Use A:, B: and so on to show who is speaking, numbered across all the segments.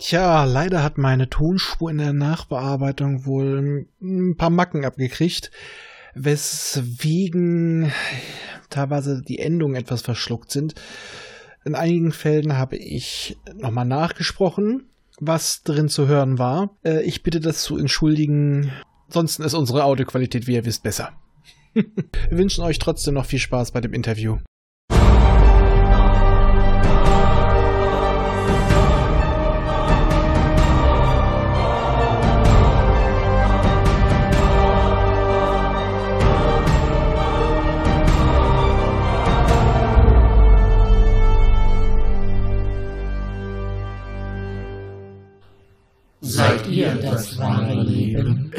A: Tja, leider hat meine Tonspur in der Nachbearbeitung wohl ein paar Macken abgekriegt, weswegen teilweise die Endungen etwas verschluckt sind. In einigen Fällen habe ich nochmal nachgesprochen, was drin zu hören war. Äh, Ich bitte das zu entschuldigen. Ansonsten ist unsere Audioqualität, wie ihr wisst, besser. Wir wünschen euch trotzdem noch viel Spaß bei dem Interview.
B: Seid ihr das wahre Leben?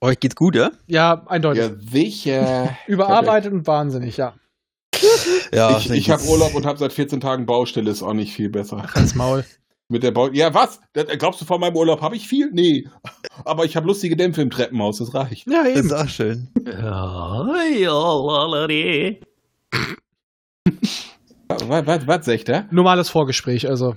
C: Euch geht's gut, ja?
A: Ja, eindeutig.
D: Ja, sicher.
A: Überarbeitet und wahnsinnig, ja.
C: Ja,
D: ich ich habe Urlaub und habe seit 14 Tagen Baustelle, ist auch nicht viel besser.
A: Ganz Maul.
D: Mit der Bau ja, was? Das- Glaubst du, vor meinem Urlaub habe ich viel? Nee. Aber ich habe lustige Dämpfe im Treppenhaus, das reicht.
A: Ja,
C: Ist
A: eben.
C: auch schön.
B: Seid
D: Was, was, was sagt er?
A: Normales Vorgespräch, also.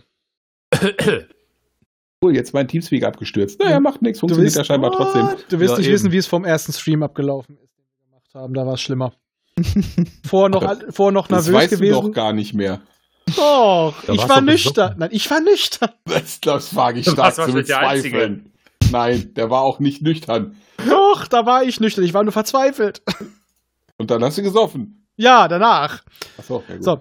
D: Cool, jetzt mein Teamspeak abgestürzt. Naja, macht nichts, funktioniert
A: bist-
D: ja scheinbar trotzdem.
A: Du wirst
C: Ja,
A: nicht
C: eben.
A: wissen, wie es vom ersten Stream abgelaufen ist, den wir gemacht haben. Da war es schlimmer. Vor noch, al- vor noch
D: Das
A: nervös
D: weißt
A: gewesen.
D: du doch gar nicht mehr.
A: Doch,
E: Da
A: ich
E: warst
A: war
E: du
A: nüchtern. Nein, ich war nüchtern.
D: Das, das wage ich
E: Du
D: stark
E: warst
D: zu
E: wahrscheinlich der
D: bezweifeln. Nein, der war auch nicht nüchtern.
A: Doch, da war ich nüchtern. Ich war nur verzweifelt.
D: Und dann hast du gesoffen.
A: Ja, danach.
D: Achso, ja gut.
A: So.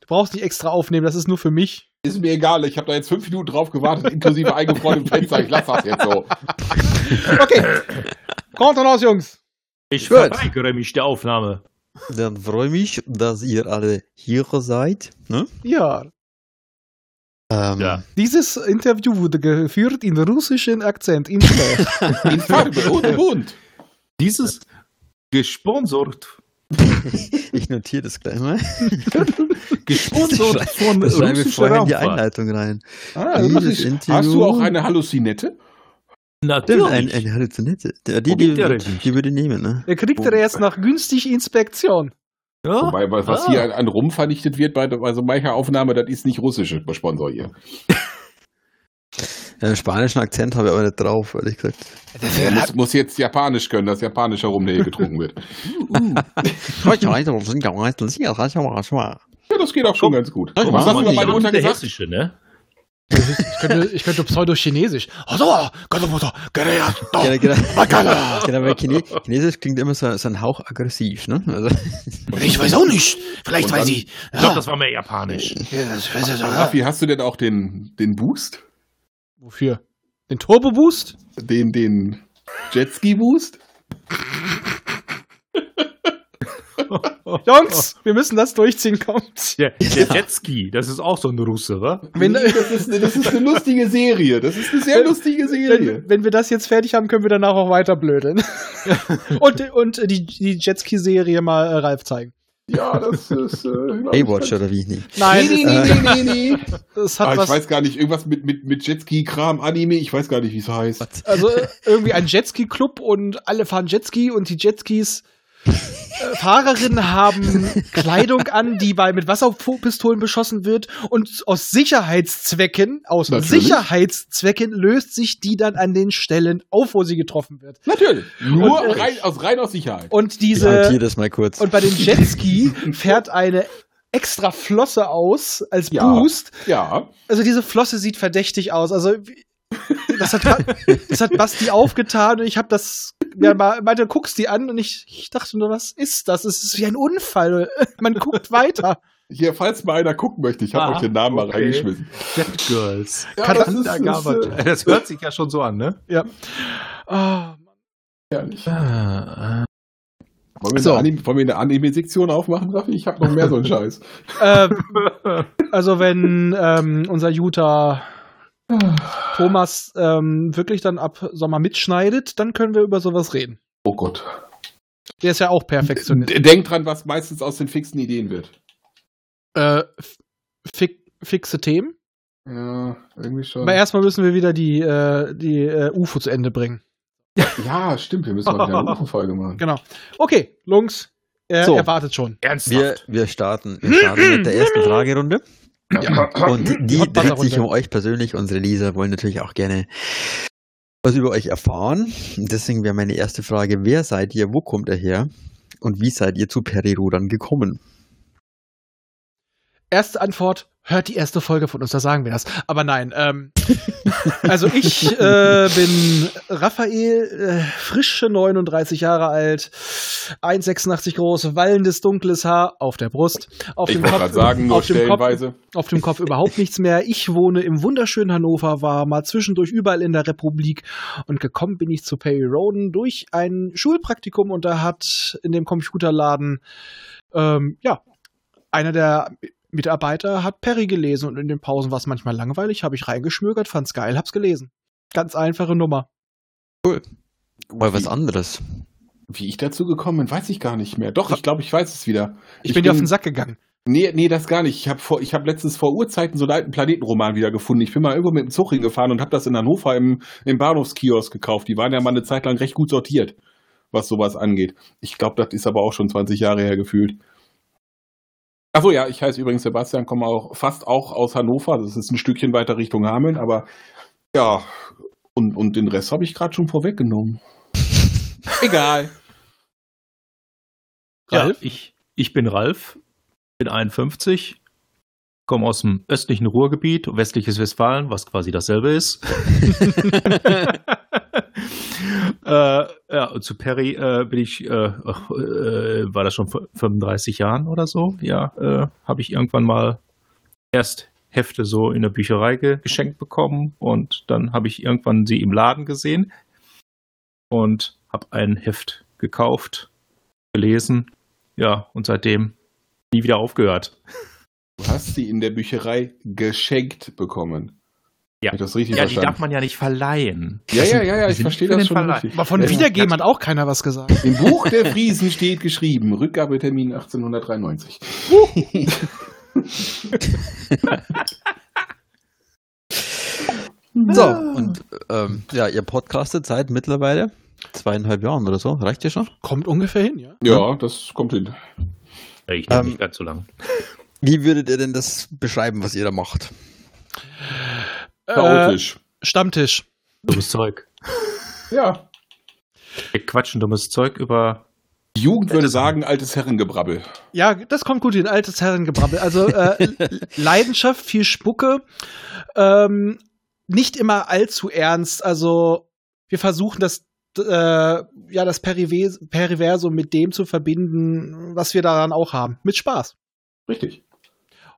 A: Du brauchst nicht extra aufnehmen, das ist nur für mich.
D: Ist mir egal, ich habe da jetzt fünf Minuten drauf gewartet, inklusive eingefrorenen Fenster. Ich lasse das jetzt so.
A: Okay. Kommt dann raus, Jungs.
E: Ich
C: Gut.
E: verweigere mich der Aufnahme.
C: Dann freue ich mich, dass ihr alle hier seid. Ne?
A: Ja.
C: Ähm,
E: Ja.
A: Dieses Interview wurde geführt in russischen Akzent. In
D: In Farbe, ohne Mund.
E: Dieses gesponsort,
C: Ich notiere das gleich mal.
E: gesponsort von
C: Das schreiben wir
E: russischer
C: vorher in die
E: Raumfahrt.
C: Einleitung rein.
D: Ah,
C: Jedes
D: mach ich.
C: Interview-
D: Hast du auch eine Halluzinette?
C: Stimmt, ein,
E: Natürlich.
C: ein Halluzinette. Die, die,
E: Wo geht der
C: die,
E: denn?
C: die würde ich nehmen, ne?
A: er kriegt er erst nach günstig Inspektion.
E: Ja?
D: Wobei, was, was
E: Ah.
D: hier an, an Rum vernichtet wird bei, bei so mancher Aufnahme, das ist nicht russische Sponsor hier.
C: Ja, den Äh, spanischen Akzent habe ich aber nicht drauf, ehrlich gesagt.
D: Er muss, muss jetzt japanisch können, dass japanischer Rum, der hier getrunken wird.
C: Ach
D: Ja, das geht auch schon ganz gut.
C: Guck mal,
D: Was hast du
C: Mann,
D: da bei
C: ich
D: Mutter
E: der
D: gesagt?
E: hessische, ne?
A: Ich könnte, ich könnte Pseudo-Chinesisch. Also,
F: oh
C: Ja, genau. genau, weil Chine Chinesisch klingt immer so, so ein Hauch aggressiv, ne? Also,
F: Ich weiß auch nicht. Vielleicht
D: Und dann-
F: weiß ich.
E: Ich glaube, das war mehr japanisch.
F: Ja, das weiß ich doch.
D: Raffi, hast du denn auch den, den Boost?
A: Wofür? Den Turbo-Boost?
D: Den, den Jetski-Boost?
A: Jungs, wir müssen das durchziehen, kommt.
E: Der, der Jetski, das ist auch so ein Russe, wa?
A: Wenn,
D: Nee, das, ist, das ist eine lustige Serie. Das ist eine sehr lustige Serie.
A: wenn, wenn wir das jetzt fertig haben, können wir danach auch weiter blödeln. und und äh, die, die Jetski-Serie mal äh, Ralf zeigen.
D: Ja, das ist. Äh, glaub ich,
C: Baywatch oder wie? Nee.
A: Nein,
D: Nee, nee, nee, nee, nee.
A: es
D: Ah,
A: hat
D: ich
A: was.
D: weiß gar nicht, irgendwas mit, mit, mit Jetski-Kram, Anime, ich weiß gar nicht, wie es heißt.
A: Also äh, irgendwie ein Jetski-Club und alle fahren Jetski und die Jetskis. äh, Fahrerinnen haben Kleidung an, die bei mit Wasserpistolen beschossen wird und aus Sicherheitszwecken, aus
D: Natürlich.
A: Sicherheitszwecken löst sich die dann an den Stellen auf, wo sie getroffen wird.
D: Natürlich. Nur
A: Und, äh,
D: rein, aus, rein aus Sicherheit.
A: Und
C: Ich
A: diese
C: notiere das mal kurz.
A: Und bei dem Jetski fährt eine extra Flosse aus als
D: Ja.
A: Boost.
D: Ja.
A: Also diese Flosse sieht verdächtig aus. Also wie- das hat, das hat Basti aufgetan und ich habe das ja, mal- meinte, guckst die an und ich, ich dachte nur, was ist das? Es ist wie ein Unfall. Man guckt weiter.
D: Hier, falls mal einer gucken möchte, ich habe
E: Ah,
D: euch den Namen mal
E: okay.
D: reingeschmissen.
E: Jet Girls.
D: Ja, das ist, das
E: Katanda
D: ist, äh,
E: Gabata. Das hört sich ja schon so an, ne?
A: Ja. Ah,
D: herrlich.
C: äh.
E: Ah,
D: Wollen wir
A: So.
D: eine Anime- wollen wir eine Anime-Sektion aufmachen, Raffi? Ich habe noch mehr so einen Scheiß.
A: äh, also wenn ähm, unser Jutta Thomas ähm, wirklich dann ab Sommer mitschneidet, dann können wir über sowas reden.
D: Oh Gott.
A: Der ist ja auch Perfektionist.
D: D- Denkt dran, was meistens aus den fixen Ideen wird.
A: äh, f- fi fixe Themen.
D: Ja, irgendwie schon.
A: Aber erstmal müssen wir wieder die, äh, die äh, UFO zu Ende bringen.
D: Ja, stimmt, wir müssen mal wieder eine Folge machen.
A: Genau. Okay, Lungs, er,
C: So.
A: er wartet schon.
C: Wir,
E: ernsthaft.
C: wir starten. Wir starten mit der ersten Fragerunde.
D: Ja.
C: Und die
A: Hotbar
C: dreht sich
A: darunter.
C: um euch persönlich. Unsere Leser wollen natürlich auch gerne was über euch erfahren. Deswegen wäre meine erste Frage, wer seid ihr, wo kommt ihr her und wie seid ihr zu Perirodan gekommen?
A: Erste Antwort, hört die erste Folge von uns, da sagen wir das. Aber nein, ähm, also ich äh, bin Raphael, äh, frische 39 Jahre alt, 1,86 groß, wallendes dunkles Haar auf der Brust, auf
D: Ich
A: dem
D: wollte
A: Kopf,
D: gerade sagen, nur
A: auf, dem Kopf
D: stellenweise.
A: auf dem Kopf überhaupt nichts mehr. Ich wohne im wunderschönen Hannover, war mal zwischendurch überall in der Republik und gekommen bin ich zu Perry Roden durch ein Schulpraktikum und da hat in dem Computerladen ähm, ja, einer der Mitarbeiter hat Perry gelesen und in den Pausen war es manchmal langweilig, habe ich reingeschmögert, fand's geil, hab's gelesen. Ganz einfache Nummer.
C: Mal was
D: Wie-
C: anderes.
D: Wie ich dazu gekommen bin, weiß ich gar nicht mehr. Doch, ich glaube, ich weiß es wieder.
A: Ich, bin dir auf den Sack gegangen.
D: Nee, nee, das gar nicht. Ich habe vor, ich habe letztens vor Urzeiten so einen alten Planetenroman wieder gefunden. Ich bin mal irgendwo mit dem Zug hingefahren und habe das in Hannover im, im Bahnhofskiosk gekauft. Die waren ja mal eine Zeit lang recht gut sortiert, was sowas angeht. Ich glaube, das ist aber auch schon 20 Jahre her gefühlt. Ach so, ja, ich heiße übrigens Sebastian, komme auch fast auch aus Hannover. Das ist ein Stückchen weiter Richtung Hameln, aber ja, und, und den Rest habe ich gerade schon vorweggenommen. Egal.
E: Ja, ich, ich bin Ralf, bin 51, komme aus dem östlichen Ruhrgebiet, westliches Westfalen, was quasi dasselbe ist. äh, ja, und zu Perry äh, bin ich, äh, ach, äh, war das schon vor 35 Jahren oder so? Ja, äh, habe ich irgendwann mal erst Hefte so in der Bücherei ge geschenkt bekommen und dann habe ich irgendwann sie im Laden gesehen und habe ein Heft gekauft, gelesen ja, und seitdem nie wieder aufgehört.
D: Du hast sie in der Bücherei geschenkt bekommen.
E: Ja.
D: Hab ich das richtig
E: Ja, die
D: verstanden?
E: darf man ja nicht verleihen.
D: Ja, ja, ja, ja,
E: Die
D: ich
E: sind
D: verstehe
E: für
D: das
E: den
D: schon
E: Verleih.
D: richtig.
A: Aber von
D: Ja,
A: Wiedergeben hat auch keiner was gesagt.
D: Im Buch der Friesen steht geschrieben, Rückgabetermin 1893.
C: So, und ähm, ja, ihr podcastet seit mittlerweile zweieinhalb Jahren oder so. Reicht ihr schon?
A: Kommt ungefähr hin, ja?
D: Ja, das kommt hin.
E: Ja, Ich nehme
C: Ähm,
E: nicht ganz so lange.
C: Wie würdet ihr denn das beschreiben, was ihr da macht?
A: Äh,
D: Chaotisch.
A: Stammtisch.
E: Dummes Zeug.
D: ja.
E: Wir quatschen dummes Zeug über.
D: Die
E: Äh.
D: Jugend würde sagen, altes Herrengebrabbel.
A: Ja, das kommt gut hin, altes Herrengebrabbel. Also äh, Leidenschaft, viel Spucke, ähm, nicht immer allzu ernst. Also wir versuchen das, äh, ja, das Perive- Periversum mit dem zu verbinden, was wir daran auch haben, mit Spaß.
D: Richtig.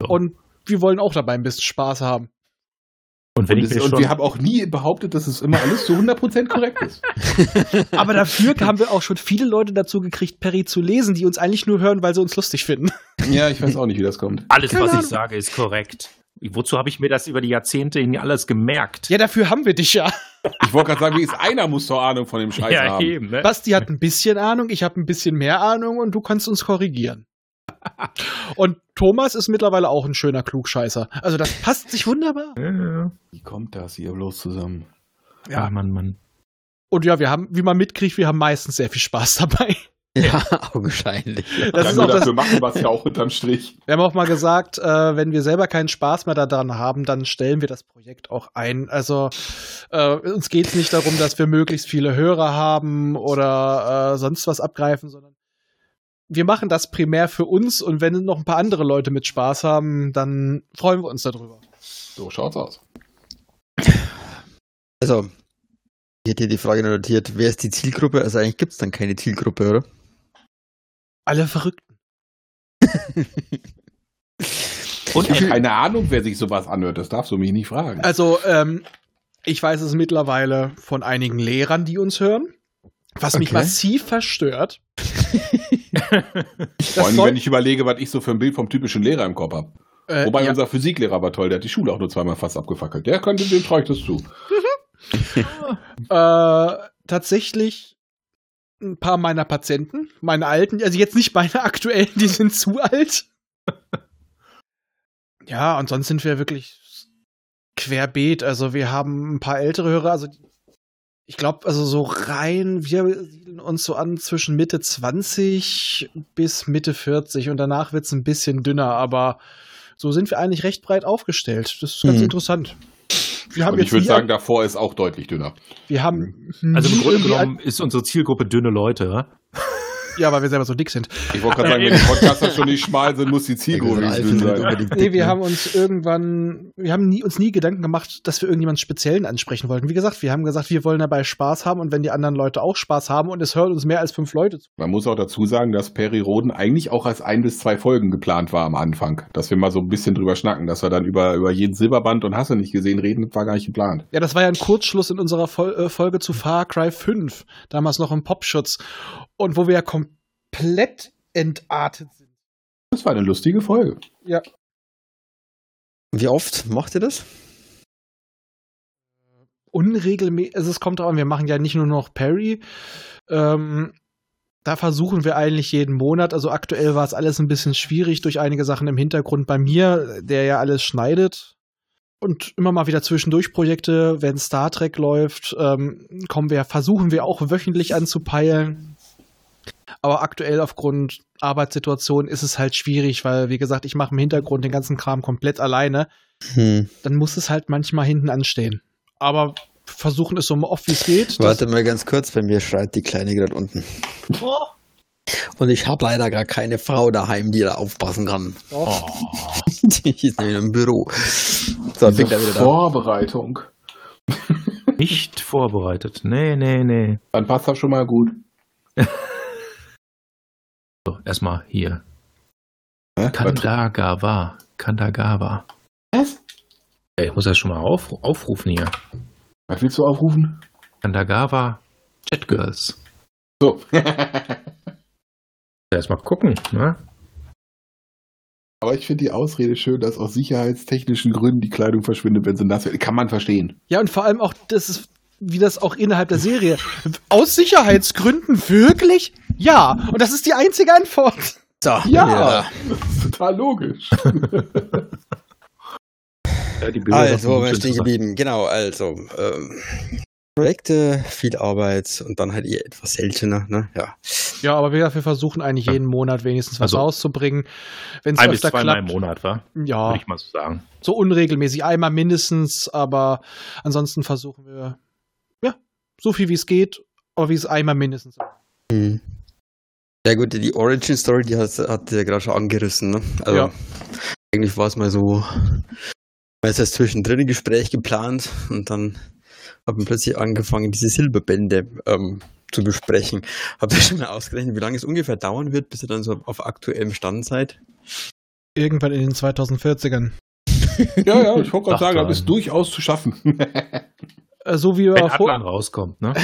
A: Und wir wollen auch dabei ein bisschen Spaß haben.
E: Und wenn
D: Und,
E: ich
D: es,
E: mir
D: und
E: schon.
D: wir haben auch nie behauptet, dass es immer alles zu 100% korrekt ist.
A: Aber dafür haben wir auch schon viele Leute dazu gekriegt, Peri zu lesen, die uns eigentlich nur hören, weil sie uns lustig finden.
D: Ja, ich weiß auch nicht, wie das kommt.
E: alles, was
A: Keine
E: ich sage, ist korrekt. Wozu habe ich mir das über die Jahrzehnte hin alles gemerkt?
A: Ja, dafür haben wir dich ja.
D: Ich wollte gerade sagen, wie ist einer muss doch Ahnung von dem Scheiß also haben.
E: eben. Ne?
A: Basti hat ein bisschen Ahnung, ich habe ein bisschen mehr Ahnung und du kannst uns korrigieren. Und Thomas ist mittlerweile auch ein schöner Klugscheißer. Also das passt sich wunderbar.
E: Ja,
D: Wie kommt das hier bloß zusammen?
E: ja. Ah, Mann, Mann.
A: Und ja, wir haben, wie man mitkriegt, wir haben meistens sehr viel Spaß dabei.
C: Ja, augenscheinlich.
A: Das
D: Danke
A: ist auch das,
D: dafür machen wir es ja auch unterm Strich.
A: wir haben auch mal gesagt, äh, wenn wir selber keinen Spaß mehr daran haben, dann stellen wir das Projekt auch ein. Also äh, uns geht es nicht darum, dass wir möglichst viele Hörer haben oder äh, sonst was abgreifen, sondern wir machen das primär für uns und wenn noch ein paar andere Leute mit Spaß haben, dann freuen wir uns darüber.
D: So schaut's aus.
C: Also, ich hätte die Frage nur notiert, wer ist die Zielgruppe? Also eigentlich gibt es dann keine Zielgruppe, oder?
A: Alle verrückten.
E: Und
D: Ich habe keine Ahnung, wer sich sowas anhört. Das darfst du mich nicht fragen.
A: Also, ähm, ich weiß es mittlerweile von einigen Lehrern, die uns hören, was mich
C: Okay.
A: massiv verstört.
D: Vor
A: das
D: allem,
A: soll,
D: wenn ich überlege, was ich so für ein Bild vom typischen Lehrer im Kopf habe.
A: äh,
D: Wobei
A: ja,
D: unser Physiklehrer war toll, der hat die Schule auch nur zweimal fast abgefackelt. Der könnte, dem traue ich das zu.
A: äh, tatsächlich ein paar meiner Patienten, meine alten, also jetzt nicht meine aktuellen, die sind zu alt. ja, und sonst sind wir wirklich querbeet. Also wir haben ein paar ältere Hörer, also die- ich glaube, also so rein, wir siedeln uns so an zwischen Mitte 20 bis Mitte 40 und danach wird es ein bisschen dünner, aber So sind wir eigentlich recht breit aufgestellt. Das ist ganz
C: Mhm.
A: interessant. Wir haben
D: Und ich
A: jetzt
D: würde
A: nie-
D: sagen, davor ist auch deutlich dünner.
A: wir haben hm.
E: Also im
A: nie
E: Grunde
A: irgendwie
E: genommen ist unsere Zielgruppe dünne Leute. ja?
A: ein- ja, weil wir selber so dick sind.
D: Ich wollte gerade
A: Äh,
D: sagen, wenn die Podcaster schon nicht schmal sind, muss die Zielgruppe nicht dünn sein.
A: Nee, wir haben uns irgendwann, wir haben nie, uns nie Gedanken gemacht, dass wir irgendjemanden Speziellen ansprechen wollten. Wie gesagt, wir haben gesagt, wir wollen dabei Spaß haben und wenn die anderen Leute auch Spaß haben und es hören uns mehr als fünf Leute zu.
D: Man muss auch dazu sagen, dass Perry Roden eigentlich auch als ein bis zwei Folgen geplant war am Anfang. Dass wir mal so ein bisschen drüber schnacken, dass wir dann über, über jeden Silberband und Hasse nicht gesehen reden, war gar nicht geplant.
A: Ja, das war ja ein Kurzschluss in unserer Fol äh, Folge zu Far Cry 5, damals noch im Popschutz. Und wo wir ja komplett entartet sind.
D: Das war eine lustige Folge.
C: Wie oft macht ihr das?
A: Unregelmäßig, also es kommt drauf an, wir machen ja nicht nur noch Perry. Ähm, da versuchen wir eigentlich jeden Monat, also aktuell war es alles ein bisschen schwierig durch einige Sachen im Hintergrund bei mir, der ja alles schneidet. Und immer mal wieder zwischendurch Projekte, wenn Star Trek läuft, ähm, kommen wir, versuchen wir auch wöchentlich anzupeilen. Aber aktuell aufgrund Arbeitssituation ist es halt schwierig, weil, wie gesagt, ich mache im Hintergrund den ganzen Kram komplett alleine.
C: Hm.
A: dann muss es halt manchmal hinten anstehen. Aber versuchen es so oft wie es geht.
C: Warte mal ganz kurz, bei mir schreit die Kleine gerade unten. Und ich habe leider gar keine Frau daheim, die da aufpassen kann.
A: Doch.
C: Die ist nämlich im Büro. So, fängt er wieder an.
D: Vorbereitung.
E: Nicht vorbereitet. Nee, nee, nee.
D: Dann passt das schon mal gut.
E: So, erstmal hier.
D: Hä?
E: Kandagawa. Kandagawa.
D: Was?
E: Ey, Ich muss das schon mal auf, aufrufen hier.
D: Was willst du aufrufen?
E: Kandagawa Jet Girls.
D: So.
E: Erstmal gucken, ne?
D: Aber ich finde die Ausrede schön, dass aus sicherheitstechnischen Gründen die Kleidung verschwindet, wenn sie nass wird. Kann man verstehen.
A: Ja, und vor allem auch, das ist, wie das auch innerhalb der Serie. Aus Sicherheitsgründen wirklich? Ja. Und das ist die einzige Antwort.
C: So,
D: Ja. Das ist total logisch.
E: Ja, die
C: Also, wo wir stehen geblieben. Genau, also. Ähm, Projekte, viel Arbeit und dann halt eher etwas seltener, ne? Ja.
A: Ja, aber wir, wir versuchen eigentlich jeden Monat wenigstens was
E: Also-
A: rauszubringen. Wenn es
E: Ein bis
A: öfter
E: zweimal im
A: klappt.
E: Monat, wa?
C: Ah.
A: Ja,
E: Würde ich mal so sagen.
A: so unregelmäßig. Einmal mindestens, aber ansonsten versuchen wir, ja, so viel wie es geht, aber wie es einmal mindestens.
C: Hm. Ja gut, die Origin Story, die hat, hat der gerade schon angerissen. Ne? Also
A: Ja.
C: eigentlich war es mal so, weil es das zwischendrin ein Gespräch geplant und dann hat man plötzlich angefangen, diese Silberbände ähm, zu besprechen. Habt ihr schon mal ausgerechnet, wie lange es ungefähr dauern wird, bis ihr dann so auf aktuellem Stand seid?
A: Irgendwann in den 2040ern.
D: ja, ja, ich wollte gerade
E: Ach,
D: sagen, das
E: dann.
D: ist durchaus zu schaffen.
A: Äh, So wie wir
E: Wenn
A: vor-
E: Atlan rauskommt, ne?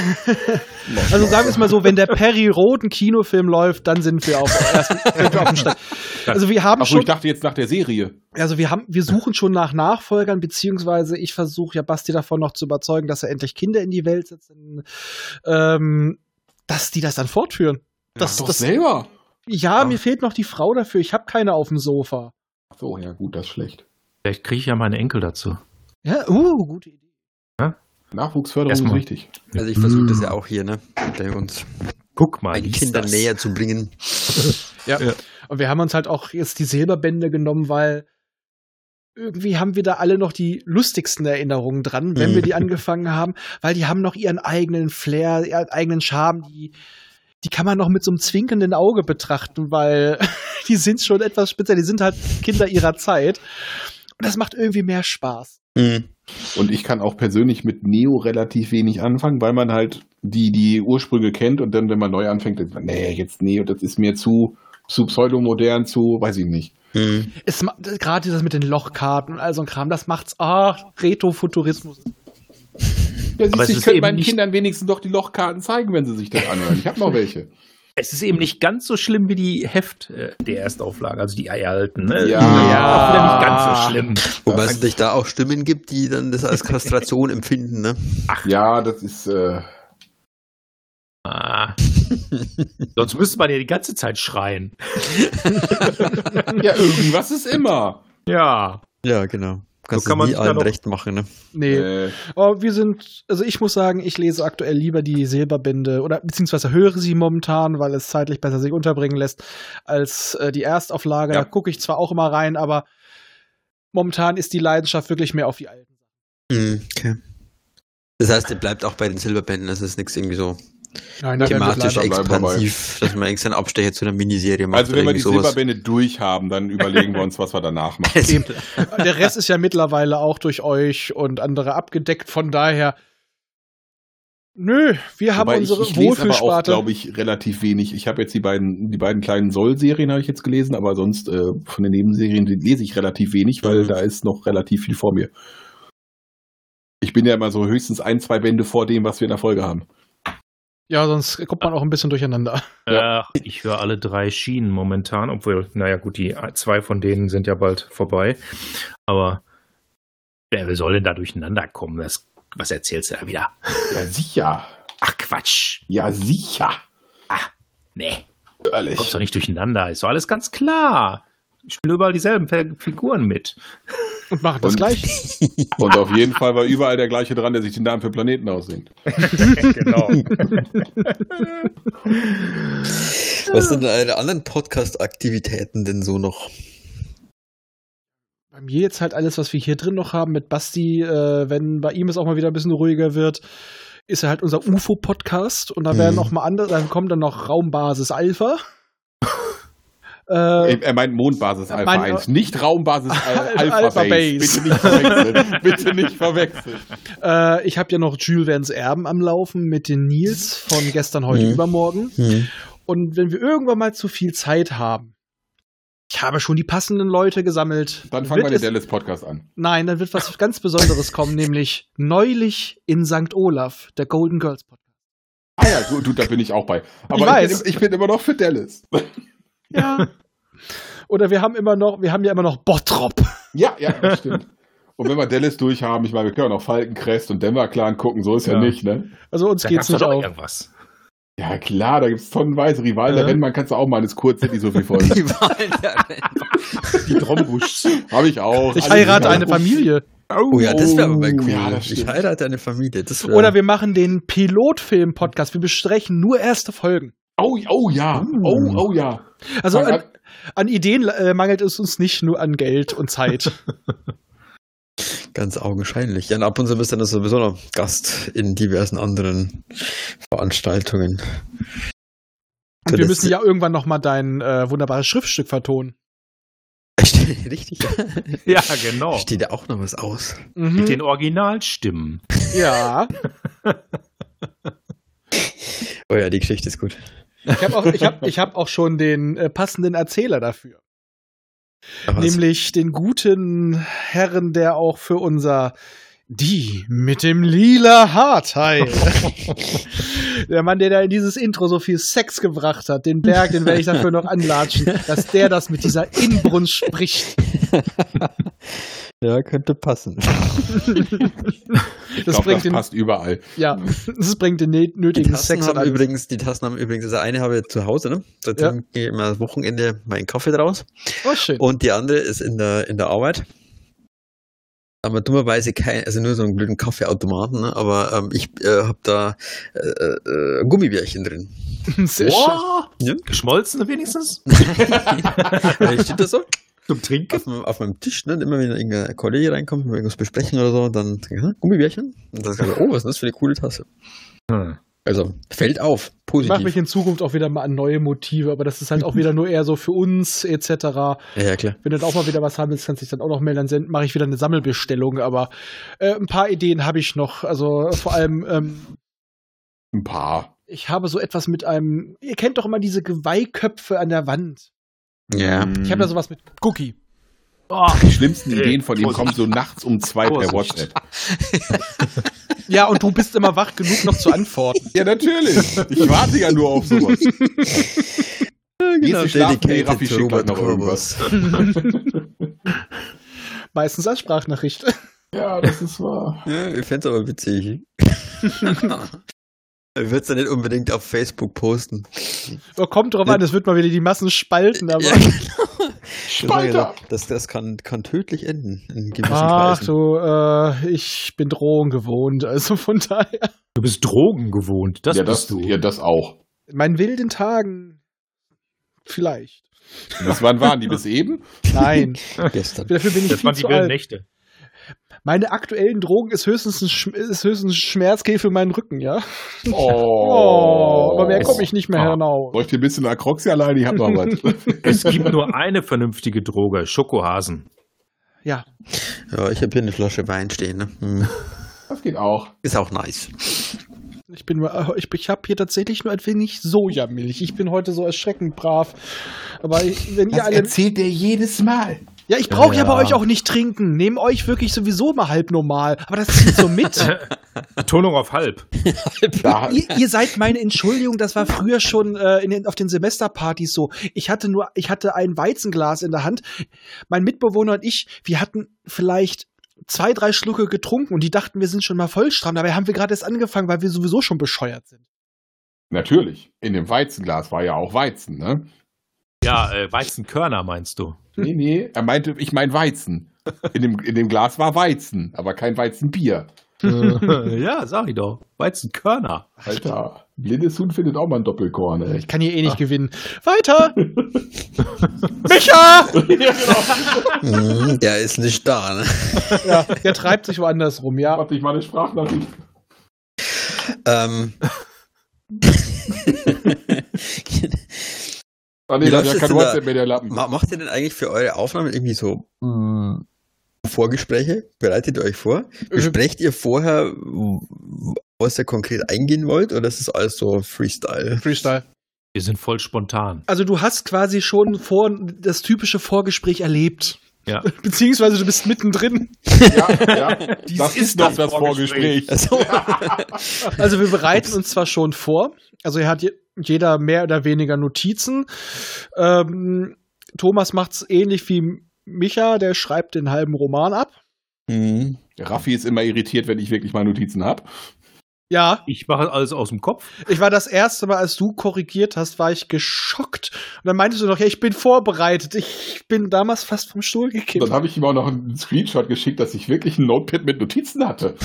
A: Also sagen wir es mal so, wenn der Perry roten Kinofilm läuft, dann sind wir auf, erst, sind wir auf dem Stand. Also wir haben
D: Achso, ich
A: schon,
D: dachte jetzt nach der Serie.
A: also wir haben, wir suchen schon nach Nachfolgern, beziehungsweise ich versuche ja Basti davon noch zu überzeugen, dass er endlich Kinder in die Welt setzt, denn, ähm, dass die das dann fortführen. Das,
D: Doch
A: das,
D: selber.
A: ja, mir fehlt noch die Frau dafür. Ich habe keine auf dem Sofa.
D: Ach So, ja, gut, das ist schlecht.
E: Vielleicht kriege ich ja meine Enkel dazu.
A: Ja, uh, gute Idee.
D: Nachwuchsförderung
E: Erstmal.
D: ist wichtig.
C: Also ich versuche das ja auch hier, ne? Bei uns
E: Guck mal,
C: meinen
E: lies
C: Kindern
E: das.
C: näher zu bringen.
A: Und wir haben uns halt auch jetzt die Silberbände genommen, weil irgendwie haben wir da alle noch die lustigsten Erinnerungen dran, wenn
C: Mhm.
A: wir die angefangen haben, weil die haben noch ihren eigenen Flair, ihren eigenen Charme, die, die kann man noch mit so einem zwinkernden Auge betrachten, weil die sind schon etwas speziell, die sind halt Kinder ihrer Zeit. Und das macht irgendwie mehr Spaß.
C: Hm.
D: Und ich kann auch persönlich mit Neo relativ wenig anfangen, weil man halt die, die Ursprünge kennt und dann, wenn man neu anfängt, denkt man, nee, jetzt Neo, das ist mir zu, zu pseudomodern, zu, weiß ich nicht.
C: Hm.
A: Es ma- gerade das mit den Lochkarten und all so ein Kram, das macht's, ah, Retrofuturismus.
D: Ja,
E: Aber
D: siehst, du,
E: es
D: ich
E: ist
D: könnte
E: eben
D: meinen
E: nicht-
D: Kindern wenigstens doch die Lochkarten zeigen, wenn sie sich das anhören. Ich habe noch welche.
E: Es ist eben nicht ganz so schlimm wie die Heft äh, der Erstauflage, also die Eieralten. Ne?
D: Ja.
E: Auch wieder nicht ganz so schlimm.
C: Wobei es natürlich da auch Stimmen gibt, die dann das als Kastration empfinden, ne?
D: Ja, das ist, äh,
E: Ah. Sonst müsste man ja die ganze Zeit schreien.
D: ja, irgendwas ist immer.
E: Ja.
C: Ja, genau. Kannst
E: kann
C: du
E: man
C: nie
E: sich dann
C: allen
E: noch-
C: recht machen, ne?
A: Nee.
D: Äh,
A: Aber wir sind, also ich muss sagen, ich lese aktuell lieber die Silberbände oder beziehungsweise höre sie momentan, weil es zeitlich besser sich unterbringen lässt, als äh, die Erstauflage.
D: Ja.
A: Da gucke ich zwar auch immer rein, aber Momentan ist die Leidenschaft wirklich mehr auf die alten.
C: Mhm, okay. Das heißt, ihr bleibt auch bei den Silberbänden, das ist nichts irgendwie so
A: Nein,
C: thematisch
D: bleiben wir dabei.
C: expansiv, dass man extra einen Abstecher zu einer Miniserie macht.
D: Also wenn wir
C: oder
D: die
C: irgendwie sowas.
D: Silberbände durch haben, dann überlegen wir uns, was wir danach machen.
A: Der Rest ist ja mittlerweile auch durch euch und andere abgedeckt. Von daher, nö, wir haben
D: Wobei
A: unsere
D: ich, ich lese aber auch,
A: Wohlfühlsparte.
D: glaube ich, relativ wenig. Ich habe jetzt die beiden, die beiden kleinen Soll-Serien habe ich jetzt gelesen, aber sonst äh, von den Nebenserien die lese ich relativ wenig, weil da ist noch relativ viel vor mir. Ich bin ja immer so höchstens ein, zwei Bände vor dem, was wir in der Folge haben.
A: ja, sonst kommt man auch ein bisschen durcheinander.
E: Ach, ich höre alle drei Schienen momentan, obwohl, naja, gut, die zwei von denen sind ja bald vorbei. Aber wer soll denn da durcheinander kommen? Das, was erzählst du da wieder?
D: Ja, sicher.
E: Ach, Quatsch.
D: Ja, sicher.
E: Nee,
D: Ehrlich.
E: kommst doch nicht durcheinander. Ist doch alles ganz klar. Ich spiele überall dieselben Fe- Figuren mit.
A: Und machen das
D: Und-
A: gleich.
D: Und auf jeden Fall war überall der gleiche dran, der sich den Namen für Planeten aussingt.
E: genau.
C: Was sind denn eure anderen Podcast-Aktivitäten denn so noch?
A: Bei mir jetzt halt alles, was wir hier drin noch haben mit Basti, äh, wenn bei ihm es auch mal wieder ein bisschen ruhiger wird, ist er halt unser UFO-Podcast und da werden
C: Mhm.
A: noch mal andere, dann kommt dann noch Raumbasis Alpha. äh,
D: Er er meint Mondbasis Alpha
A: Mein-
D: 1, nicht Raumbasis Al Alpha,
A: Alpha
D: Base.
A: Base.
D: Bitte nicht verwechseln. Bitte nicht verwechseln.
A: äh, ich habe ja noch Jules Verne's Erben am Laufen mit den Nils von gestern, heute,
C: Mhm.
A: übermorgen.
C: Hm.
A: Und wenn wir irgendwann mal zu viel Zeit haben, ich habe schon die passenden Leute gesammelt.
D: Dann fangen wir
A: Wird
D: den
A: es-
D: Dallas Podcast an.
A: Nein, dann wird was ganz Besonderes kommen, nämlich neulich in St. Olaf, der Golden Girls Podcast.
D: Ah ja, du, du, da bin ich auch bei. Aber ich,
A: weiß.
D: Bin, ich bin immer noch für Dallas.
A: Ja. Oder wir haben immer noch, wir haben ja immer noch Bottrop.
D: Ja, ja, das stimmt. Und wenn wir Dallas durchhaben, ich meine, wir können auch Falkencrest und Denver Clan gucken, so ist ja,
E: Ja.
D: nicht, ne?
A: Also uns
E: Da
A: geht's
E: gab's
A: nicht
E: doch noch
A: auf.
E: irgendwas.
D: Ja, klar, da gibt es tonnenweise Rivalen.
E: Ja.
D: Der Rennmann kannst du auch mal eines kurz, die so viel folgen.
C: Die Wahlen der Rennbahn.
D: die Trombuschs. Habe ich auch.
A: Ich
D: Alle
A: heirate
D: sind
A: eine
D: mal-
A: Familie.
C: Oh ja, das wäre aber mal cool.
D: Ja, das
C: ich
D: stimmt.
C: heirate eine Familie. Das wär,
A: Oder wir machen den Pilotfilm-Podcast. Wir besprechen nur erste Folgen.
D: Oh, oh ja,
A: Uh.
D: oh, oh ja.
A: Also
D: Fang
A: an, an Ideen äh, mangelt es uns nicht nur an Geld und Zeit.
C: ganz augenscheinlich. Ja, und ab und zu bist du dann sowieso noch Gast in diversen anderen Veranstaltungen.
A: Und wir
C: Das-
A: müssen ja irgendwann noch mal dein äh, wunderbares Schriftstück vertonen.
C: Richtig.
E: Ja,
A: Oh.
E: genau.
C: Steht ja auch noch was aus.
A: Mhm.
E: Mit den Originalstimmen.
A: Ja.
C: Oh ja, die Geschichte ist gut.
A: Ich habe auch, ich hab, ich hab auch schon den äh, passenden Erzähler dafür.
C: Aber
A: Nämlich den guten Herrn, der auch für unser Die mit dem lila Haarteil. der Mann, der da in dieses Intro so viel Sex gebracht hat, den Berg, den werde ich dafür noch anlatschen, dass der das mit dieser Inbrunst spricht.
C: ja, könnte passen.
A: Das
D: Ich glaube,
A: bringt
D: das
A: den,
D: passt überall.
A: ja, das bringt den nä-
C: Die
A: nötigen
C: Tassen,
A: Sex
C: haben
A: an.
C: übrigens, die Tassen haben übrigens, also eine habe ich zu Hause, ne? Da
A: Ja.
C: trinke ich immer am Wochenende meinen Kaffee draus.
A: Oh, schön.
C: Und die andere ist in der, in der Arbeit. Aber dummerweise kein, also nur so einen blöden Kaffeeautomaten, ne? aber ähm, ich äh, habe da äh, äh, Gummibärchen drin.
A: Sehr schön.
C: Ja.
E: Geschmolzene wenigstens?
C: Weil steht das so
E: Zum Trinken?
C: auf, meinem- auf meinem Tisch, ne? Und immer wenn irgendein Kollege reinkommt, wenn wir irgendwas besprechen oder so, dann ja, Gummibärchen. Und dann sage ich, oh, was ist das für eine coole Tasse?
E: Hm.
C: Also fällt auf,
A: Ich mache
C: positiv.
A: mich in Zukunft auch wieder mal an neue Motive, aber das ist halt auch wieder nur eher so für uns etc.
C: Ja, ja, klar.
A: Wenn du da auch mal wieder was haben willst, kannst du dich dann auch noch melden. Dann mache ich wieder eine Sammelbestellung. Aber äh, ein paar Ideen habe ich noch. Also äh, vor allem, ähm,
D: Ein paar.
A: ich habe so etwas mit einem. Ihr kennt doch immer diese Geweihköpfe an der Wand.
C: Ja.
A: Ich
D: Mhm.
A: habe da sowas mit Cookie.
E: Oh,
D: Die schlimmsten
E: Ey,
D: Ideen von ihm
E: Vorsicht.
D: kommen so nachts um zwei per
E: Vorsicht.
D: WhatsApp.
A: Ja, und du bist immer wach genug, noch zu antworten.
D: Ja, natürlich. Ich warte ja nur auf sowas.
A: genau,
D: Gehst du schlafen? Nee, Raffi
C: to
D: schickt gleich
C: Genau, Robert
D: noch
C: Kurbus.
D: irgendwas.
A: Meistens als Sprachnachricht.
D: Ja, das ist wahr.
C: Ja, ich fänd's aber witzig. Ich würde es dann nicht unbedingt auf Facebook posten.
A: Oh, kommt drauf an, es wird mal wieder die Massen spalten. Aber
C: Ja, genau.
D: Spalter!
C: Das, das kann, kann tödlich enden in gewissen
A: Ach
C: Kreisen.
A: du, äh, ich bin Drohung gewohnt. Also von daher.
E: du bist Drogen gewohnt. Das
D: ja,
E: bist
D: das,
E: du.
D: ja, das auch.
A: In meinen wilden Tagen. Vielleicht.
D: Bis wann waren die? Bis eben?
A: Nein,
C: Gestern.
A: dafür bin ich
E: Das
A: viel
E: waren die
A: zu
E: wilden
A: alt.
E: Nächte.
A: Meine aktuellen Drogen ist höchstens ein, Schm ist höchstens ein Schmerzkäfer für meinen Rücken, ja? Oh, aber mehr komme ich nicht mehr
E: Ah.
A: hinaus.
D: Bräuchte ihr ein bisschen Akroxie alleine? Ich hab noch was.
E: Es gibt nur eine vernünftige Droge, Schokohasen.
A: Ja,
C: Ja, ich habe hier eine Flasche Wein stehen. Ne? Hm.
D: Das geht auch.
C: Ist auch nice.
A: ich bin nur- äh, ich, ich habe hier tatsächlich nur ein wenig Sojamilch. Ich bin heute so erschreckend brav. Aber ich, wenn ihr alle
D: erzählt der jedes Mal.
A: Ja, ich brauche ja.
E: Ja.
A: bei euch auch nicht trinken. Nehmt euch wirklich sowieso mal halb normal. Aber das zieht so mit.
E: Betonung auf halb.
D: Da,
A: ihr, ihr seid meine Entschuldigung, das war früher schon äh, in den, auf den Semesterpartys so. Ich hatte nur, ich hatte ein Weizenglas in der Hand. Mein Mitbewohner und ich, wir hatten vielleicht zwei, drei Schlucke getrunken und die dachten, wir sind schon mal vollstramm. Dabei haben wir gerade erst angefangen, weil wir sowieso schon bescheuert sind.
D: natürlich. In dem Weizenglas war ja auch Weizen, ne?
E: Ja, äh, Weizenkörner meinst du?
D: Nee, nee. Er meinte, ich mein Weizen. In dem, in dem Glas war Weizen, aber kein Weizenbier.
E: Äh, ja, sag ich doch. Weizenkörner.
D: Alter, Halt blindes Huhn findet auch mal ein Doppelkorn, ey.
A: Ich kann hier eh nicht gewinnen. Weiter! Micha!
C: Hm, Der ist nicht da. Ne?
A: Ja, der treibt sich woanders rum, ja.
D: Warte, ich meine Sprachnachricht.
C: Ähm,
D: Ah,
C: Wie
D: nee, da
C: läuft
D: hat ja
C: es
D: kein
C: denn da?
D: WhatsApp mehr, der Lappen.
C: ma- macht ihr denn eigentlich für eure Aufnahmen irgendwie so mm, Vorgespräche? Bereitet ihr euch vor?
A: Mhm.
C: Besprecht ihr vorher, w- was ihr konkret eingehen wollt? Oder ist es alles so Freestyle?
A: Freestyle.
E: Wir sind voll spontan.
A: Also du hast quasi schon vor das typische Vorgespräch erlebt.
E: Ja.
A: Beziehungsweise du bist mittendrin.
D: Ja, ja.
E: Dies
D: Das ist
E: ist
D: doch
E: das
D: das Vorgespräch.
C: Also,
A: Also wir bereiten uns zwar schon vor. Also er hat je- jeder mehr oder weniger Notizen. Ähm, Thomas macht's ähnlich wie Micha, der schreibt den halben Roman ab.
C: hm,
D: Raffi ist immer irritiert, wenn ich wirklich mal Notizen habe.
A: Ja,
E: Ich mache alles aus dem Kopf.
A: ich war das erste Mal, als du korrigiert hast, war ich geschockt. Und dann meintest du noch, ja, ich bin vorbereitet. Ich bin damals fast vom Stuhl
D: Dann
A: gekippt.
D: habe ich ihm auch noch einen Screenshot geschickt, dass ich wirklich ein Notepad mit Notizen hatte.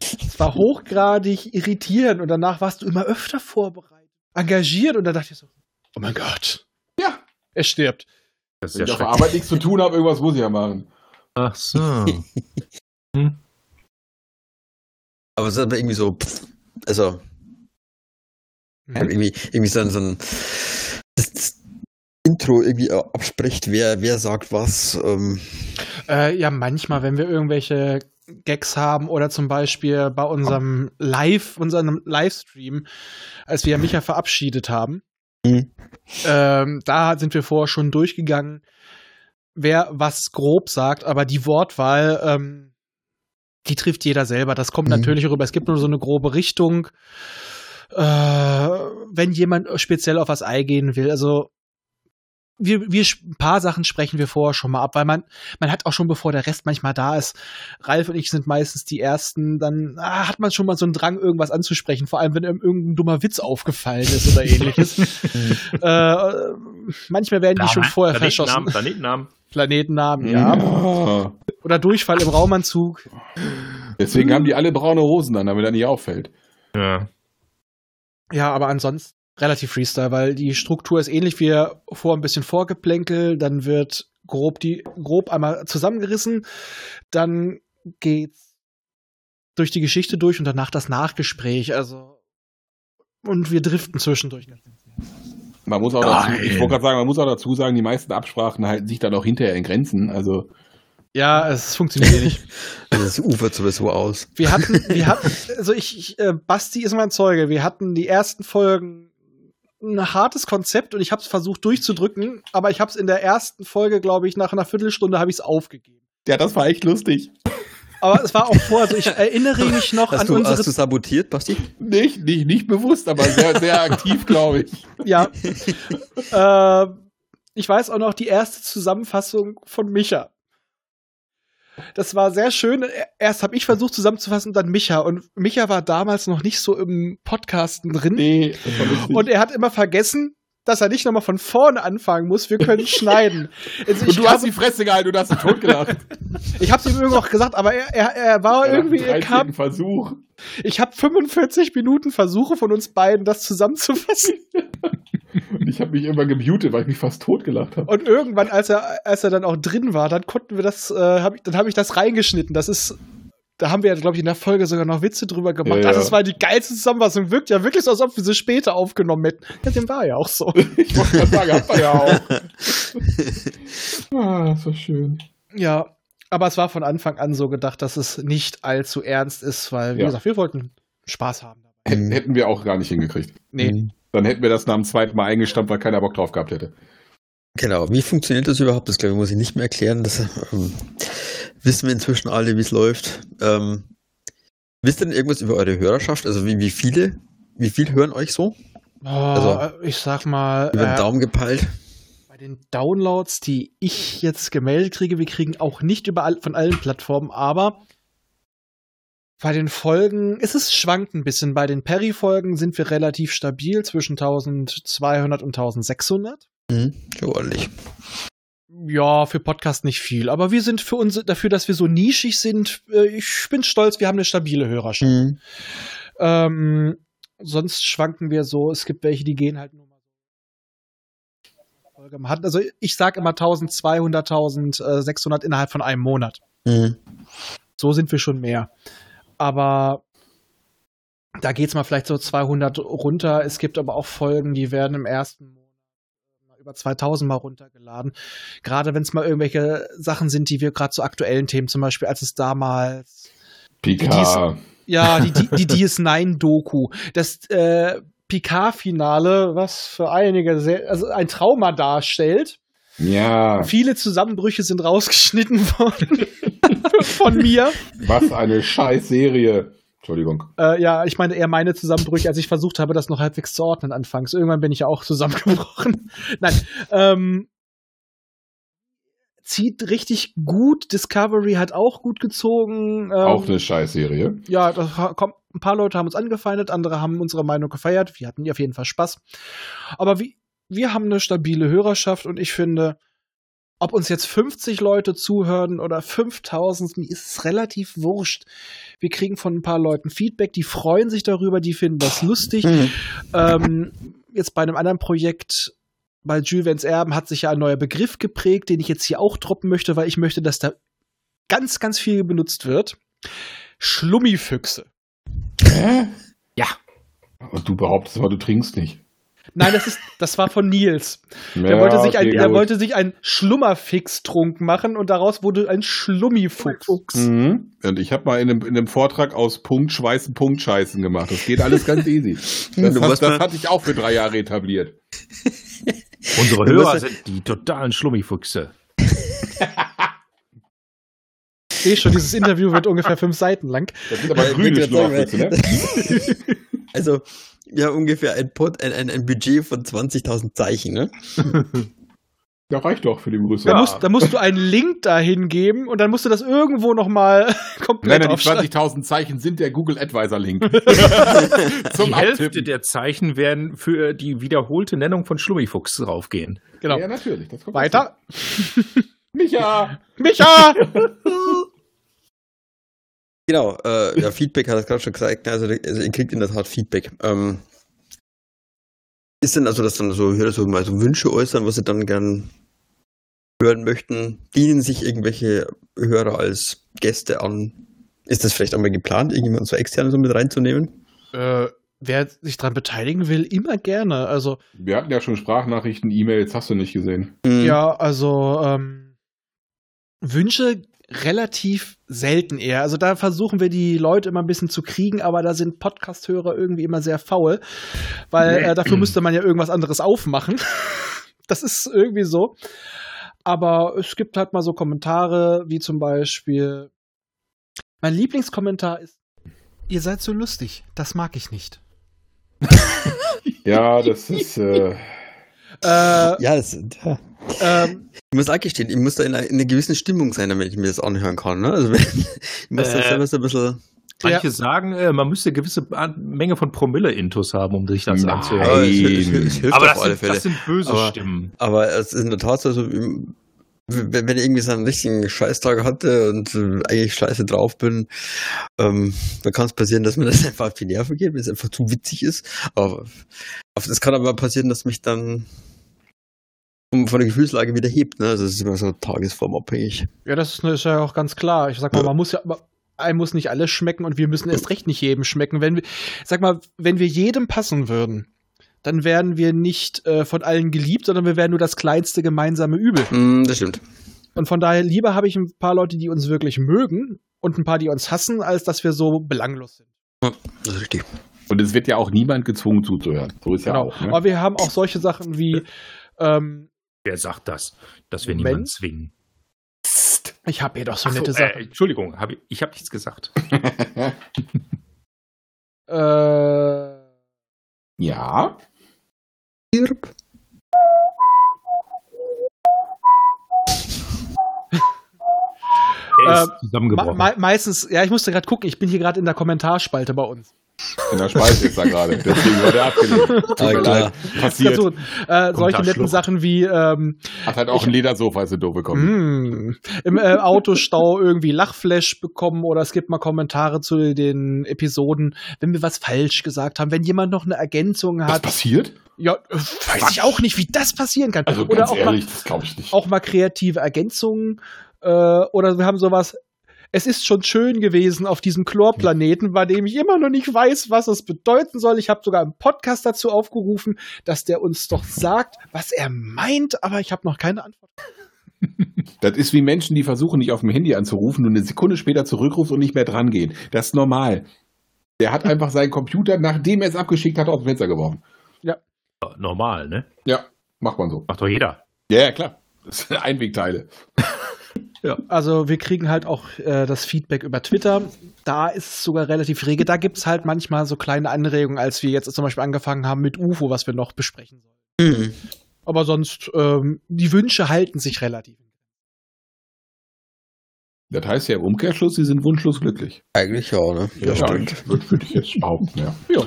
A: Es war hochgradig irritierend und danach warst du immer öfter vorbereitet, engagiert und dann dachte ich so, oh mein Gott.
D: Ja.
A: Er stirbt.
E: Das
D: Wenn ich auf der Arbeit nichts zu tun habe, irgendwas muss ich ja machen.
E: Ach so.
C: aber es ist aber irgendwie so, pff, also, irgendwie, irgendwie so ein, so ein das, das Intro irgendwie äh, abspricht, wer, wer sagt was. Ähm,
A: Äh, ja, manchmal, wenn wir irgendwelche Gags haben oder zum Beispiel bei unserem Live, unserem Livestream, als wir Micha verabschiedet haben,
C: Mhm.
A: ähm, da sind wir vorher schon durchgegangen, wer was grob sagt, aber die Wortwahl, ähm, die trifft jeder selber. Das kommt
C: Mhm.
A: natürlich rüber. Es gibt nur so eine grobe Richtung. Äh, wenn jemand speziell auf was eingehen will, also wir, wir ein paar Sachen sprechen wir vorher schon mal ab, weil man man hat auch schon bevor der Rest manchmal da ist. Ralf und ich sind meistens die ersten, dann ah, hat man schon mal so einen Drang irgendwas anzusprechen, vor allem wenn einem irgendein dummer Witz aufgefallen ist oder ähnliches. äh, manchmal werden die schon vorher
E: Planetennamen,
A: verschossen.
E: Planetennamen.
A: Planetennamen, ja.
D: Ja.
A: Oder Durchfall im Raumanzug.
D: Deswegen haben die alle braune Hosen an, damit er nicht auffällt.
E: Ja.
A: Ja, aber ansonsten relativ Freestyle, weil die Struktur ist ähnlich wie vor ein bisschen Vorgeplänkel, dann wird grob die grob einmal zusammengerissen, dann geht's durch die Geschichte durch und danach das Nachgespräch, also und wir driften zwischendurch.
D: Man muss auch dazu, ich wollte gerade sagen, man muss auch dazu sagen, die meisten Absprachen halten sich dann auch hinterher in Grenzen. Also
A: Ja, es funktioniert nicht.
C: also das ufert sowieso aus.
A: Wir hatten, wir hatten, also ich, ich äh, Basti ist mein Zeuge. Wir hatten die ersten Folgen ein hartes Konzept und ich habe es versucht durchzudrücken, aber ich habe es in der ersten Folge, glaube ich, nach einer Viertelstunde habe ich es aufgegeben.
D: ja, das war echt lustig. Aber
A: Aber es war auch vor, also ich erinnere mich noch an
C: Hast du, hast du
A: unsere,
C: sabotiert, Basti?
D: nicht, nicht, nicht bewusst, aber sehr, sehr aktiv, glaube ich.
A: ja, äh, ich weiß auch noch die erste Zusammenfassung von Micha. Das war sehr schön. Erst habe ich versucht zusammenzufassen, dann Micha. Und Micha war damals noch nicht so im Podcasten drin.
D: Nee, das war lustig.
A: Und er hat immer vergessen, dass er nicht nochmal von vorne anfangen muss. Wir können schneiden. Also
D: Und
A: ich
D: du hast
A: habe
D: die Fresse gehalten und hast ihn totgelacht.
A: ich hab's ihm irgendwo auch gesagt, aber er, er, er war irgendwie, er kam,
D: Versuch.
A: ich habe 45 Minuten Versuche von uns beiden, das zusammenzufassen.
D: Und ich habe mich immer gemutet, weil ich mich fast totgelacht habe.
A: Und irgendwann, als er, als er dann auch drin war, dann konnten wir das, äh, hab ich, dann habe ich das reingeschnitten. Das ist, da haben wir ja, glaube ich, in der Folge sogar noch Witze drüber gemacht.
D: Ja,
A: Ach,
D: ja.
A: das war die geilste Zusammenfassung. Wirkt ja wirklich so, als ob wir sie später aufgenommen hätten. Ja, dem war ja auch so.
D: Ich wollte gerade sagen, hat man ja auch. Ah, das war schön.
A: Ja, aber es war von Anfang an so gedacht, dass es nicht allzu ernst ist, weil, wie
D: Ja.
A: gesagt, wir wollten Spaß haben. dabei.
D: Hätten, hätten wir auch gar nicht hingekriegt.
A: Nee,
C: Mhm.
D: Dann hätten wir das nach dem zweiten Mal eingestampft, weil keiner Bock drauf gehabt hätte.
C: Genau, wie funktioniert das überhaupt? Das glaube ich, muss ich nicht mehr erklären. Das ähm, wissen wir inzwischen alle, wie es läuft. Ähm, wisst ihr denn irgendwas über eure Hörerschaft? Also wie, wie viele, wie viel hören euch so?
A: oh,
C: Also,
A: ich sag mal,
C: Über den
A: äh,
C: Daumen gepeilt?
A: bei den Downloads, die ich jetzt gemeldet kriege, wir kriegen auch nicht überall von allen Plattformen, aber bei den Folgen, es ist schwankt ein bisschen. Bei den Perry-Folgen sind wir relativ stabil zwischen 1200 und 1600.
C: Mhm, schon ordentlich.
A: Ja, für Podcast nicht viel, aber wir sind für uns dafür, dass wir so nischig sind. äh, Ich bin stolz, wir haben eine stabile Hörerschaft.
C: Mhm.
A: Ähm, sonst schwanken wir so. Es gibt welche, die gehen halt nur mal so. Folge im Hand. Also ich sag immer 1200, 1600 innerhalb von einem Monat.
C: Mhm.
A: So sind wir schon mehr. Aber da geht's mal vielleicht so 200 runter. Es gibt aber auch Folgen, die werden im ersten Monat mal über 2000 mal runtergeladen. Gerade wenn es mal irgendwelche Sachen sind, die wir gerade zu aktuellen Themen, zum Beispiel als es damals
D: Pika.
A: ja, die, die, die DS9-Doku. Das äh, Picard-Finale, was für einige sehr, also ein Trauma darstellt.
D: Ja,
A: Viele Zusammenbrüche sind rausgeschnitten worden von mir.
D: was eine Scheißserie. Entschuldigung.
A: Äh, ja, ich meine eher meine Zusammenbrüche, als ich versucht habe, das noch halbwegs zu ordnen anfangs. Irgendwann bin ich ja auch zusammengebrochen. Nein. Ähm, zieht richtig gut. Discovery hat auch gut gezogen. Ähm,
D: Auch eine Scheißserie.
A: ja, das ha- kommt. Ein paar Leute haben uns angefeindet, andere haben unsere Meinung gefeiert. Wir hatten auf jeden Fall Spaß. Aber wie, wir haben eine stabile Hörerschaft und ich finde, ob uns jetzt 50 Leute zuhören oder 5000, mir ist es relativ wurscht. Wir kriegen von ein paar Leuten Feedback, die freuen sich darüber, die finden das lustig.
C: Mhm.
A: Ähm, jetzt bei einem anderen Projekt, bei Jules Vans Erben, hat sich ja ein neuer Begriff geprägt, den ich jetzt hier auch droppen möchte, weil ich möchte, dass da ganz, ganz viel benutzt wird. Schlummifüchse.
D: Und du behauptest aber, du trinkst nicht.
A: Nein, das ist, das war von Nils. Der
D: Ja,
A: wollte sich ein,
D: okay,
A: der
D: gut.
A: wollte sich ein Schlummerfix-Trunk machen und daraus wurde ein Schlummifuchs.
D: Mhm. Und ich habe mal in einem, in einem Vortrag aus Punkt Schweißen, Punkt Scheißen gemacht. Das geht alles ganz easy. Das,
C: Du
D: hat,
C: musst
D: das
C: mal-
D: hatte ich auch für drei Jahre etabliert.
E: Unsere
C: Du
E: Hörer
C: musst-
E: sind die totalen Schlummifuchse.
A: Ich sehe schon, dieses Interview wird ungefähr fünf Seiten lang.
D: Das sind aber
C: Ich
D: grüne
C: wollte gerade
D: Schlafmütze, ne?
C: sagen, weil- Also, wir haben ungefähr ein, Pot, ein, ein, ein Budget von 20.000 Zeichen, ne?
D: Ja, reicht doch für die Größe.
A: Da,
E: Ja.
A: musst, da musst du einen Link dahin geben und dann musst du das irgendwo nochmal komplett
D: Nein, nein, die
A: aufschreiben.
D: 20.000 Zeichen sind der Google Advisor Link. Zum
E: die Hälfte
D: Abtippen.
E: der Zeichen werden für die wiederholte Nennung von Schlummifuchs draufgehen.
A: Genau.
D: Ja, natürlich. Das kommt
A: Weiter.
D: dazu. Micha!
A: Micha!
C: Genau, äh, ja, Feedback hat es gerade schon gesagt. ne, Also, also ihr kriegt in der Tat Feedback. Ähm, ist denn also, dass dann so Hörer so mal so Wünsche äußern, was sie dann gern hören möchten? Dienen sich irgendwelche Hörer als Gäste an? Ist das vielleicht einmal geplant, irgendjemanden so extern so mit reinzunehmen?
A: äh, wer sich dran beteiligen will, immer gerne. Also,
D: Wir hatten ja schon Sprachnachrichten, E-Mails, hast du nicht gesehen.
C: Mhm.
A: Ja, also ähm, Wünsche relativ selten eher. Also da versuchen wir die Leute immer ein bisschen zu kriegen, aber da sind Podcast-Hörer irgendwie immer sehr faul, weil äh, dafür müsste man ja irgendwas anderes aufmachen. das ist irgendwie so. Aber es gibt halt mal so Kommentare, wie zum Beispiel mein Lieblingskommentar ist, ihr seid so lustig, das mag ich nicht.
D: Ja, das ist. Äh,
A: Äh,
C: Ja, das sind. Ja.
A: ähm,
C: Ich muss auch gestehen, ich muss da in einer, in einer gewissen Stimmung sein, damit ich mir das anhören kann. Ne? Also, ich muss da
E: Äh.
C: selber so ein bisschen.
E: Manche
A: Ja.
E: sagen, äh, man müsste eine gewisse An- Menge von Promille-Intos haben, um sich das
D: Nein.
E: anzuhören.
C: Aber es, es, es hilft
E: Aber
C: auf
E: das
C: alle
E: sind,
C: Fälle.
E: das sind böse
C: Aber-
E: Stimmen.
C: Aber es ist in der Tat so, also, wenn wenn ich irgendwie so einen richtigen Scheißtag hatte und äh, eigentlich scheiße drauf bin, ähm, dann kann es passieren, dass mir das einfach auf die Nerven geht, wenn es einfach zu witzig ist. Aber auf- es kann aber passieren, dass mich dann um- von der Gefühlslage wieder hebt. Ne? Also es ist immer so tagesformabhängig.
A: Ja, das ist, ist ja auch ganz klar. Ich sag mal, man muss ja, man- einem muss nicht alles schmecken und wir müssen erst recht nicht jedem schmecken. Wenn wir, sag mal, wenn wir jedem passen würden, dann wären wir nicht äh, von allen geliebt, sondern wir wären nur das kleinste gemeinsame Übel.
C: Mm, das stimmt.
A: Und von daher lieber habe ich ein paar Leute, die uns wirklich mögen und ein paar, die uns hassen, als dass wir so belanglos sind.
C: Das ist richtig.
D: Und es wird ja auch niemand gezwungen zuzuhören. So ist ja
A: Genau.
D: auch. Ne?
A: Aber wir haben auch solche Sachen wie, ähm,
E: Wer sagt das? Dass wir
A: Moment.
E: niemanden zwingen.
A: ich habe hier doch so
E: Ach so,
A: nette
E: Äh,
A: Sachen.
E: Entschuldigung, hab ich, ich habe nichts gesagt.
A: Äh,
D: Ja.
E: Er ist
A: Ähm, me
E: zusammengebrochen.
A: me meistens, ja, ich musste gerade gucken, ich bin hier gerade in der Kommentarspalte bei uns.
D: In der Speise ist er gerade. Deswegen wird er abgelehnt. Tut
C: Ah,
D: mir
C: klar.
D: leid.
A: Ja,
D: Passiert.
A: so, äh, solche netten
E: Schlucht.
A: Sachen wie ähm,
D: Hat halt auch ein Ledersofa, als er doof bekommen.
A: mh, im äh, Autostau irgendwie Lachflash bekommen oder es gibt mal Kommentare zu den Episoden, wenn wir was falsch gesagt haben, wenn jemand noch eine Ergänzung
D: Was
A: hat.
D: passiert?
A: Ja, äh, weiß ich auch nicht, wie das passieren kann.
D: Also
A: oder
D: ganz
A: auch
D: ehrlich, das glaube ich nicht.
A: mal, auch mal kreative Ergänzungen äh, oder wir haben sowas. Es ist schon schön gewesen auf diesem Chlorplaneten, bei dem ich immer noch nicht weiß, was es bedeuten soll. Ich habe sogar einen Podcast dazu aufgerufen, dass der uns doch sagt, was er meint, aber ich habe noch keine Antwort.
D: Das ist wie Menschen, die versuchen, dich auf dem Handy anzurufen und eine Sekunde später zurückrufst und nicht mehr dran gehen. Das ist normal. Der hat einfach seinen Computer, nachdem er es abgeschickt hat, aus dem Fenster geworfen.
E: Normal, ne?
D: Ja, macht man so.
E: Macht doch jeder.
D: Ja, ja, klar. Das sind Einwegteile.
A: Also wir kriegen halt auch äh, das Feedback über Twitter. Da ist es sogar relativ rege. Da gibt es halt manchmal so kleine Anregungen, als wir jetzt zum Beispiel angefangen haben mit UFO, was wir noch besprechen sollen.
C: Mhm.
A: Aber sonst, ähm, die Wünsche halten sich relativ.
D: Das heißt ja im Umkehrschluss, sie sind wunschlos glücklich.
C: Eigentlich ja, ne? Das
D: ich- Würde würde ich jetzt behaupten, ja. ja.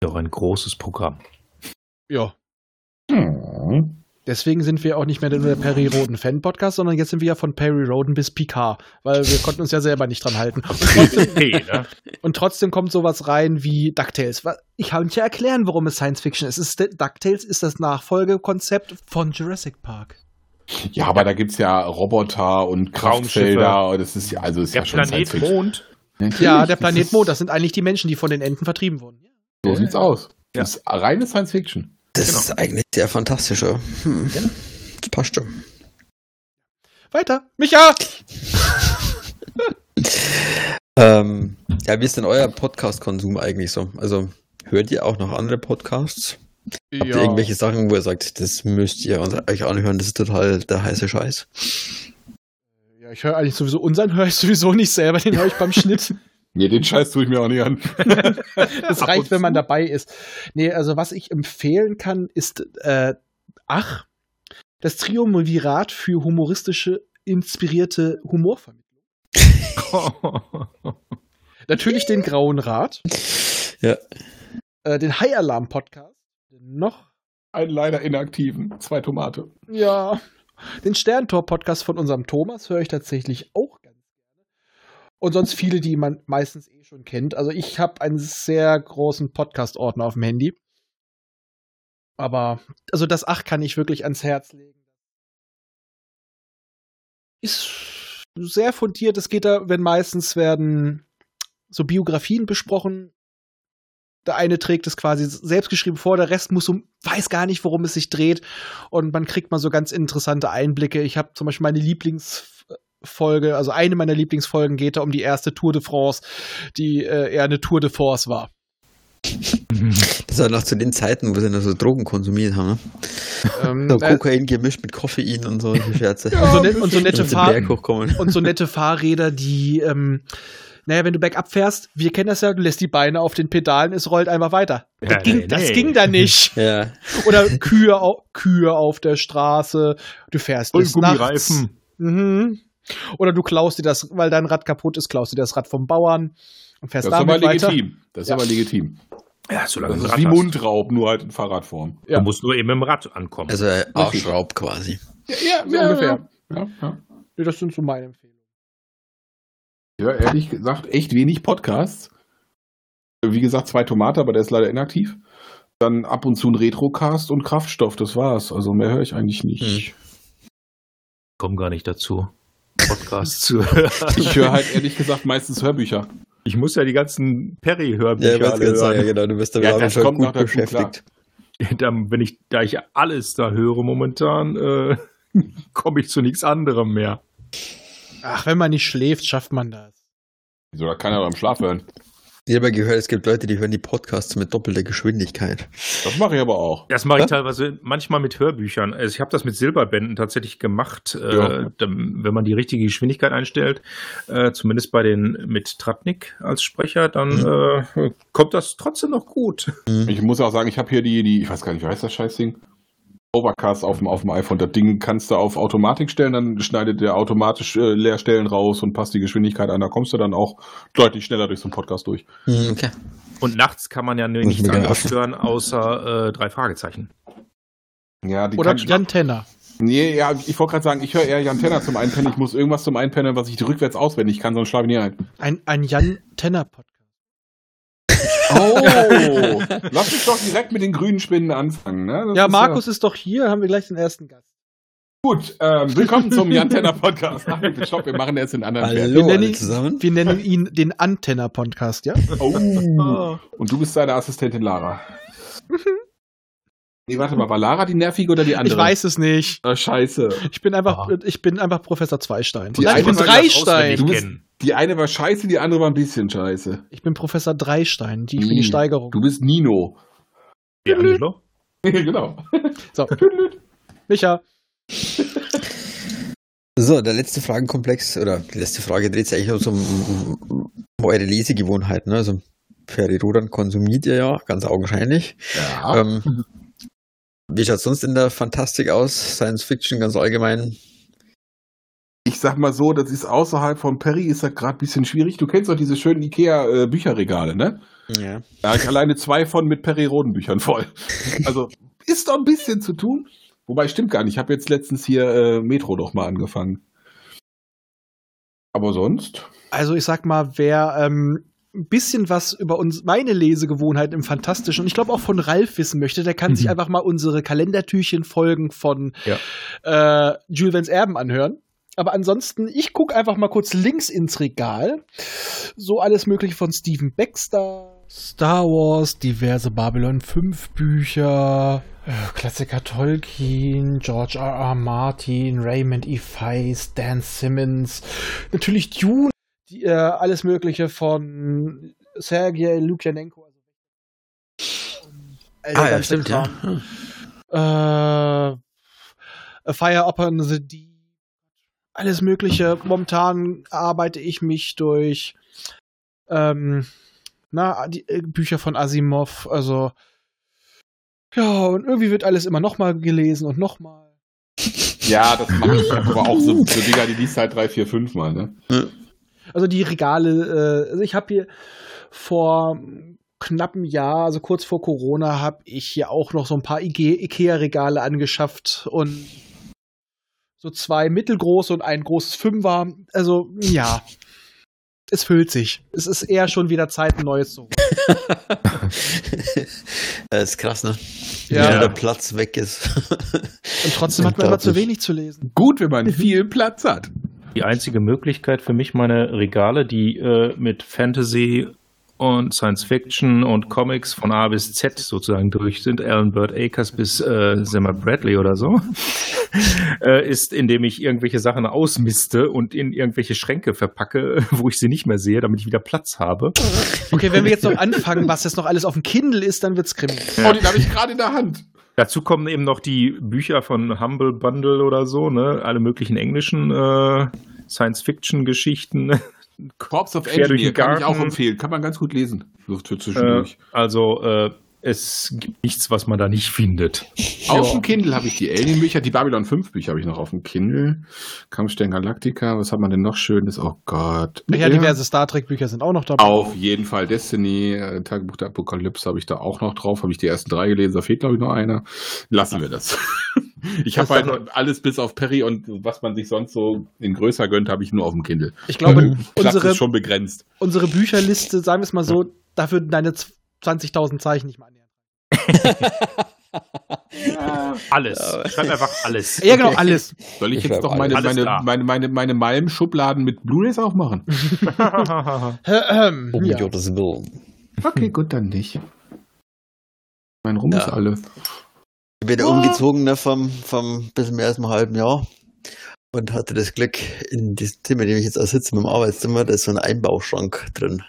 E: Doch ein großes Programm.
A: Ja.
D: Hm.
A: Deswegen sind wir auch nicht mehr nur der Perry Roden Fan Podcast, sondern jetzt sind wir ja von Perry Roden bis Picard, weil wir konnten uns ja selber nicht dran halten.
E: PvP, ne?
A: Und trotzdem kommt sowas rein wie DuckTales. Wa- Ich kann nicht erklären, warum es Science Fiction ist. Es ist DuckTales ist das Nachfolgekonzept von Jurassic Park.
D: Ja, aber da gibt es ja Roboter und
E: Raumschiffe.
D: Kraftfelder. Und das ist ja, also ist
E: Der
D: ja schon
E: Planet
D: Science-Fiction.
E: Mond.
A: Ja,
D: Natürlich,
A: der
D: das
A: Planet
D: ist-
A: Mond, das sind eigentlich die Menschen, die von den Enten vertrieben wurden.
D: So sieht's aus.
E: Ja.
D: Das ist reine Science-Fiction.
C: Das ist eigentlich sehr fantastisch. Ja. Hm. Das passt schon.
A: Weiter. Micha!
C: Ähm, ja, wie ist denn euer Podcast-Konsum eigentlich so? Also hört ihr auch noch andere Podcasts? Habt ihr irgendwelche Sachen, wo ihr sagt, das müsst ihr uns- euch anhören, das ist total der heiße Scheiß?
A: ja, ich höre eigentlich sowieso, unseren höre ich sowieso nicht selber, den höre ich beim Schnitt.
D: Nee, den Scheiß tue ich mir auch nicht an.
A: Das reicht, wenn man dabei ist. Nee, also was ich empfehlen kann, ist äh, Ach, das Triumvirat für humoristische, inspirierte Humorvermittlung. Natürlich den Grauen Rat,
C: Ja.
A: äh, den High Alarm Podcast, noch
D: Einen leider inaktiven. Zwei Tomate.
A: Ja. Den Sterntor-Podcast von unserem Thomas höre ich tatsächlich auch ganz gerne. Und sonst viele, die man meistens eh schon kennt. Also ich habe einen sehr großen Podcast-Ordner auf dem Handy. Aber, also das Ach kann ich wirklich ans Herz legen. Ist sehr fundiert. Es geht da, wenn meistens werden so Biografien besprochen der eine trägt es quasi selbstgeschrieben vor, der Rest muss um, weiß gar nicht, worum es sich dreht. Und man kriegt mal so ganz interessante Einblicke. Ich habe zum Beispiel meine Lieblingsfolge, also eine meiner Lieblingsfolgen geht da um die erste Tour de France, die äh, eher eine Tour de Force war.
C: Das war noch zu den Zeiten, wo sie noch so Drogen konsumiert haben. Ne?
A: Ähm,
C: So
A: äh,
C: Kokain gemischt mit Koffein und so die Scherze.
A: und,
E: Oh,
D: Also
A: so net, und so
C: Wenn
A: nette
C: sie den
A: Fahrten.
C: Berg hochkommen.
A: und so nette Fahrräder, die, ähm, naja, wenn du bergab fährst, wir kennen das ja, du lässt die Beine auf den Pedalen, es rollt einfach weiter. Das,
E: Ja,
A: ging,
E: nee,
A: das
E: nee.
A: ging da nicht.
C: Ja.
A: Oder Kühe, au Kühe auf der Straße, du fährst bis nachts. Mhm. Oder du klaust dir das, weil dein Rad kaputt ist, klaust dir das Rad vom Bauern und fährst
D: Das ist aber
A: damit weiter.
D: legitim. Das ist
A: Ja.
D: aber legitim.
E: Ja, solange
D: Das
E: du ein
D: ist
E: Rad
D: Also wie
E: hast.
D: Mundraub, nur halt in Fahrradform.
E: Du musst nur eben im Rad ankommen.
C: Also äh, Arschraub quasi.
D: ja, ja, so
A: Ja,
D: ungefähr. Ja, ja.
A: Nee, das sind so meine Empfehlungen.
D: Ja, ehrlich gesagt, echt wenig Podcasts. Wie gesagt, zwei Tomate, aber der ist leider inaktiv. Dann ab und zu ein Retrocast und Kraftstoff, das war's. Also mehr höre ich eigentlich nicht.
E: komme gar nicht dazu, Podcasts zu hören.
D: Ich höre halt ehrlich gesagt meistens Hörbücher.
E: Ich muss ja die ganzen
C: Ja,
E: Perry-Hörbücher
C: ich weiß
E: alle
C: ganz sagen, ja,
E: hören.
C: genau, du bist damit
D: Ja,
C: auch
D: das
C: schon
D: kommt noch
C: gut
D: dazu,
C: beschäftigt.
E: Dann, wenn ich, da ich alles da höre momentan, äh, komme ich zu nichts anderem mehr.
A: Ach, wenn man nicht schläft, schafft man das.
D: Wieso, da kann er beim Schlaf hören.
C: Ich habe ja gehört, es gibt Leute, die hören die Podcasts mit doppelter Geschwindigkeit.
D: Das mache ich aber auch.
E: Das mache ich teilweise manchmal mit Hörbüchern. Also ich habe das mit Silberbänden tatsächlich gemacht,
D: Ja.
E: äh, dann, wenn man die richtige Geschwindigkeit einstellt, äh, zumindest bei den mit Tratnik als Sprecher, dann äh, kommt das trotzdem noch gut.
D: Ich muss auch sagen, ich habe hier die, die, ich weiß gar nicht, wie heißt das Scheißding? Overcast auf dem, auf dem iPhone. Das Ding kannst du auf Automatik stellen, dann schneidet der automatisch äh, Leerstellen raus und passt die Geschwindigkeit an. Da kommst du dann auch deutlich schneller durch so einen Podcast durch.
C: Hm, okay.
E: Und nachts kann man ja
C: Muss
E: nichts
C: mir
E: anderes
C: nerven.
E: hören, außer äh, drei Fragezeichen.
D: Ja, die
A: Oder
D: kann-
A: Jan Tenner.
D: Nee, ja, ich wollte gerade sagen, ich höre eher Jan Tenner zum Einpennen. Ich muss irgendwas zum Einpennen, was ich rückwärts auswendig kann, sonst schlafe ich nie ein.
A: Ein, ein Jan Tenner-Podcast.
D: Oh! Lass mich doch direkt mit den grünen Spinnen anfangen. Ne? Das
A: Ja,
D: ist
A: Markus ist doch hier, haben wir gleich den ersten Gast.
D: Gut, ähm, willkommen zum Jan Tenner Podcast. Ach, bitte, stopp, wir machen jetzt den anderen Pferd.
C: Hallo alle
A: nennen-
C: zusammen.
A: Wir nennen ihn den Antenner-Podcast, ja?
D: Oh. Und du bist seine Assistentin Lara. Nee, warte mal, war Lara die nervige oder die andere?
A: Ich weiß es nicht.
D: Äh, scheiße.
A: Ich bin einfach,
E: Ah.
A: ich bin einfach Professor Zweistein.
D: Die
A: Nein, ich bin
D: eine sagen das
A: Dreistein.
D: auswendig. Du bist-
E: kennen.
D: Die eine war scheiße, die andere war ein bisschen scheiße.
A: Ich bin Professor Dreistein. Die, ich bin
D: Hm.
A: die Steigerung.
D: Du bist Nino.
E: Ja, Angelo?
D: genau.
A: So. Micha,
C: So, der letzte Fragenkomplex, oder die letzte Frage dreht sich eigentlich um, um, um, um eure Lesegewohnheiten. Ne? Also, Ferrirodan konsumiert ihr ja, ganz augenscheinlich.
D: Ja.
C: Ähm, wie schaut sonst in der Fantastik aus? Science Fiction ganz allgemein?
D: ich sag mal so, das ist außerhalb von Perry, ist das gerade ein bisschen schwierig. Du kennst doch diese schönen Ikea-Bücherregale, ne?
C: Ja.
D: Da habe ich alleine zwei von mit Perry-Roden-Büchern voll. Also ist doch ein bisschen zu tun. Wobei, stimmt gar nicht. Ich habe jetzt letztens hier äh, Metro doch mal angefangen. Aber sonst?
A: also ich sag mal, wer ähm, ein bisschen was über uns, meine Lesegewohnheiten im Fantastischen und ich glaube auch von Ralf wissen möchte, der kann sich
E: Mhm.
A: einfach mal unsere Kalendertürchen-Folgen von
E: Ja.
A: äh, Jules Vans Erben anhören. Aber ansonsten, ich gucke einfach mal kurz links ins Regal. So alles Mögliche von Steven Baxter. Star Wars, diverse Babylon 5 Bücher, äh, Klassiker Tolkien, George R. R. Martin, Raymond E. Feist, Dan Simmons, natürlich Dune, die, äh, alles Mögliche von Sergei Lukjanenko. Also,
C: Ah, ja, stimmt, ja.
A: ja. Äh, A Fire Upon the Deep, alles Mögliche. Momentan arbeite ich mich durch ähm, na, die äh, Bücher von Asimov, also ja, und irgendwie wird alles immer nochmal gelesen und nochmal.
D: Ja, das mache ich aber auch so, so Dinger, die liest halt drei, vier, fünf Mal, ne?
A: Also die Regale, äh, also ich habe hier vor knappem Jahr, also kurz vor Corona, habe ich hier auch noch so ein paar Ike- Ikea-Regale angeschafft und so zwei mittelgroße und ein großes Fünfer. Also ja, es füllt sich. Es ist eher schon wieder Zeit, ein neues zu holen.
C: Äh, ist krass, ne?
A: Ja.
C: Wie schnell der Platz weg ist.
A: Und trotzdem hat man immer zu
C: Unglaublich.
A: wenig zu lesen.
D: Gut, wenn man viel Platz hat.
E: Die einzige Möglichkeit für mich, meine Regale, die äh, mit Fantasy und Science Fiction und Comics von A bis Z sozusagen durch sind, Alan Bird Akers bis äh, Selma Bradley oder so, äh, ist, indem ich irgendwelche Sachen ausmiste und in irgendwelche Schränke verpacke, wo ich sie nicht mehr sehe, damit ich wieder Platz habe.
A: Okay, wenn wir jetzt noch anfangen, was jetzt noch alles auf dem Kindle ist, dann wird's kriminell.
D: Oh, den habe ich gerade in der Hand.
E: Dazu kommen eben noch die Bücher von Humble Bundle oder so, ne? alle möglichen englischen äh, Science-Fiction-Geschichten.
D: Corps of
E: Quer durch
D: Engineer
E: den
D: kann ich
E: Garten.
D: auch empfehlen. Kann man ganz gut lesen. So für
E: Äh,
D: zwischendurch.
E: also äh, Es gibt nichts, was man da nicht findet.
D: Auf dem Kindle habe ich die Alien-Bücher, die Babylon 5-Bücher habe ich noch auf dem Kindle. Kampfstern Galactica, was hat man denn noch Schönes? Oh Gott.
A: Ja, diverse Star Trek-Bücher sind auch noch dabei.
D: Auf jeden Fall Destiny, äh, Tagebuch der Apokalypse habe ich da auch noch drauf. Habe ich die ersten drei gelesen, da fehlt glaube ich noch einer. Lassen wir das. Ich habe
E: Das
D: halt
E: ist
D: alles bis auf Perry und was man sich sonst so in größer gönnt, habe ich nur auf dem Kindle. Mhm.
A: Ich glaube,
D: Platz
A: unsere,
D: ist schon begrenzt.
A: unsere Bücherliste, sagen wir es mal so, da würden deine 20.000 Zeichen nicht mal annähern.
E: Alles. Schreib einfach alles.
A: Ja, genau, alles.
D: Soll ich,
C: Ich
D: jetzt
C: bleib
D: doch meine,
E: alles
D: meine,
E: da.
D: meine, meine, meine Malm-Schubladen mit Blu-rays aufmachen?
A: Ähm,
C: Um
A: ja.
C: Gottes Willen.
D: Okay, gut, dann nicht. Mein Rum
C: Ja.
D: ist alle.
C: Ich bin umgezogen ne, vom, vom bis zum ersten halben Jahr und hatte das Glück, in diesem Zimmer, in dem ich jetzt auch sitze, mit dem Arbeitszimmer, da ist so ein Einbauschrank drin.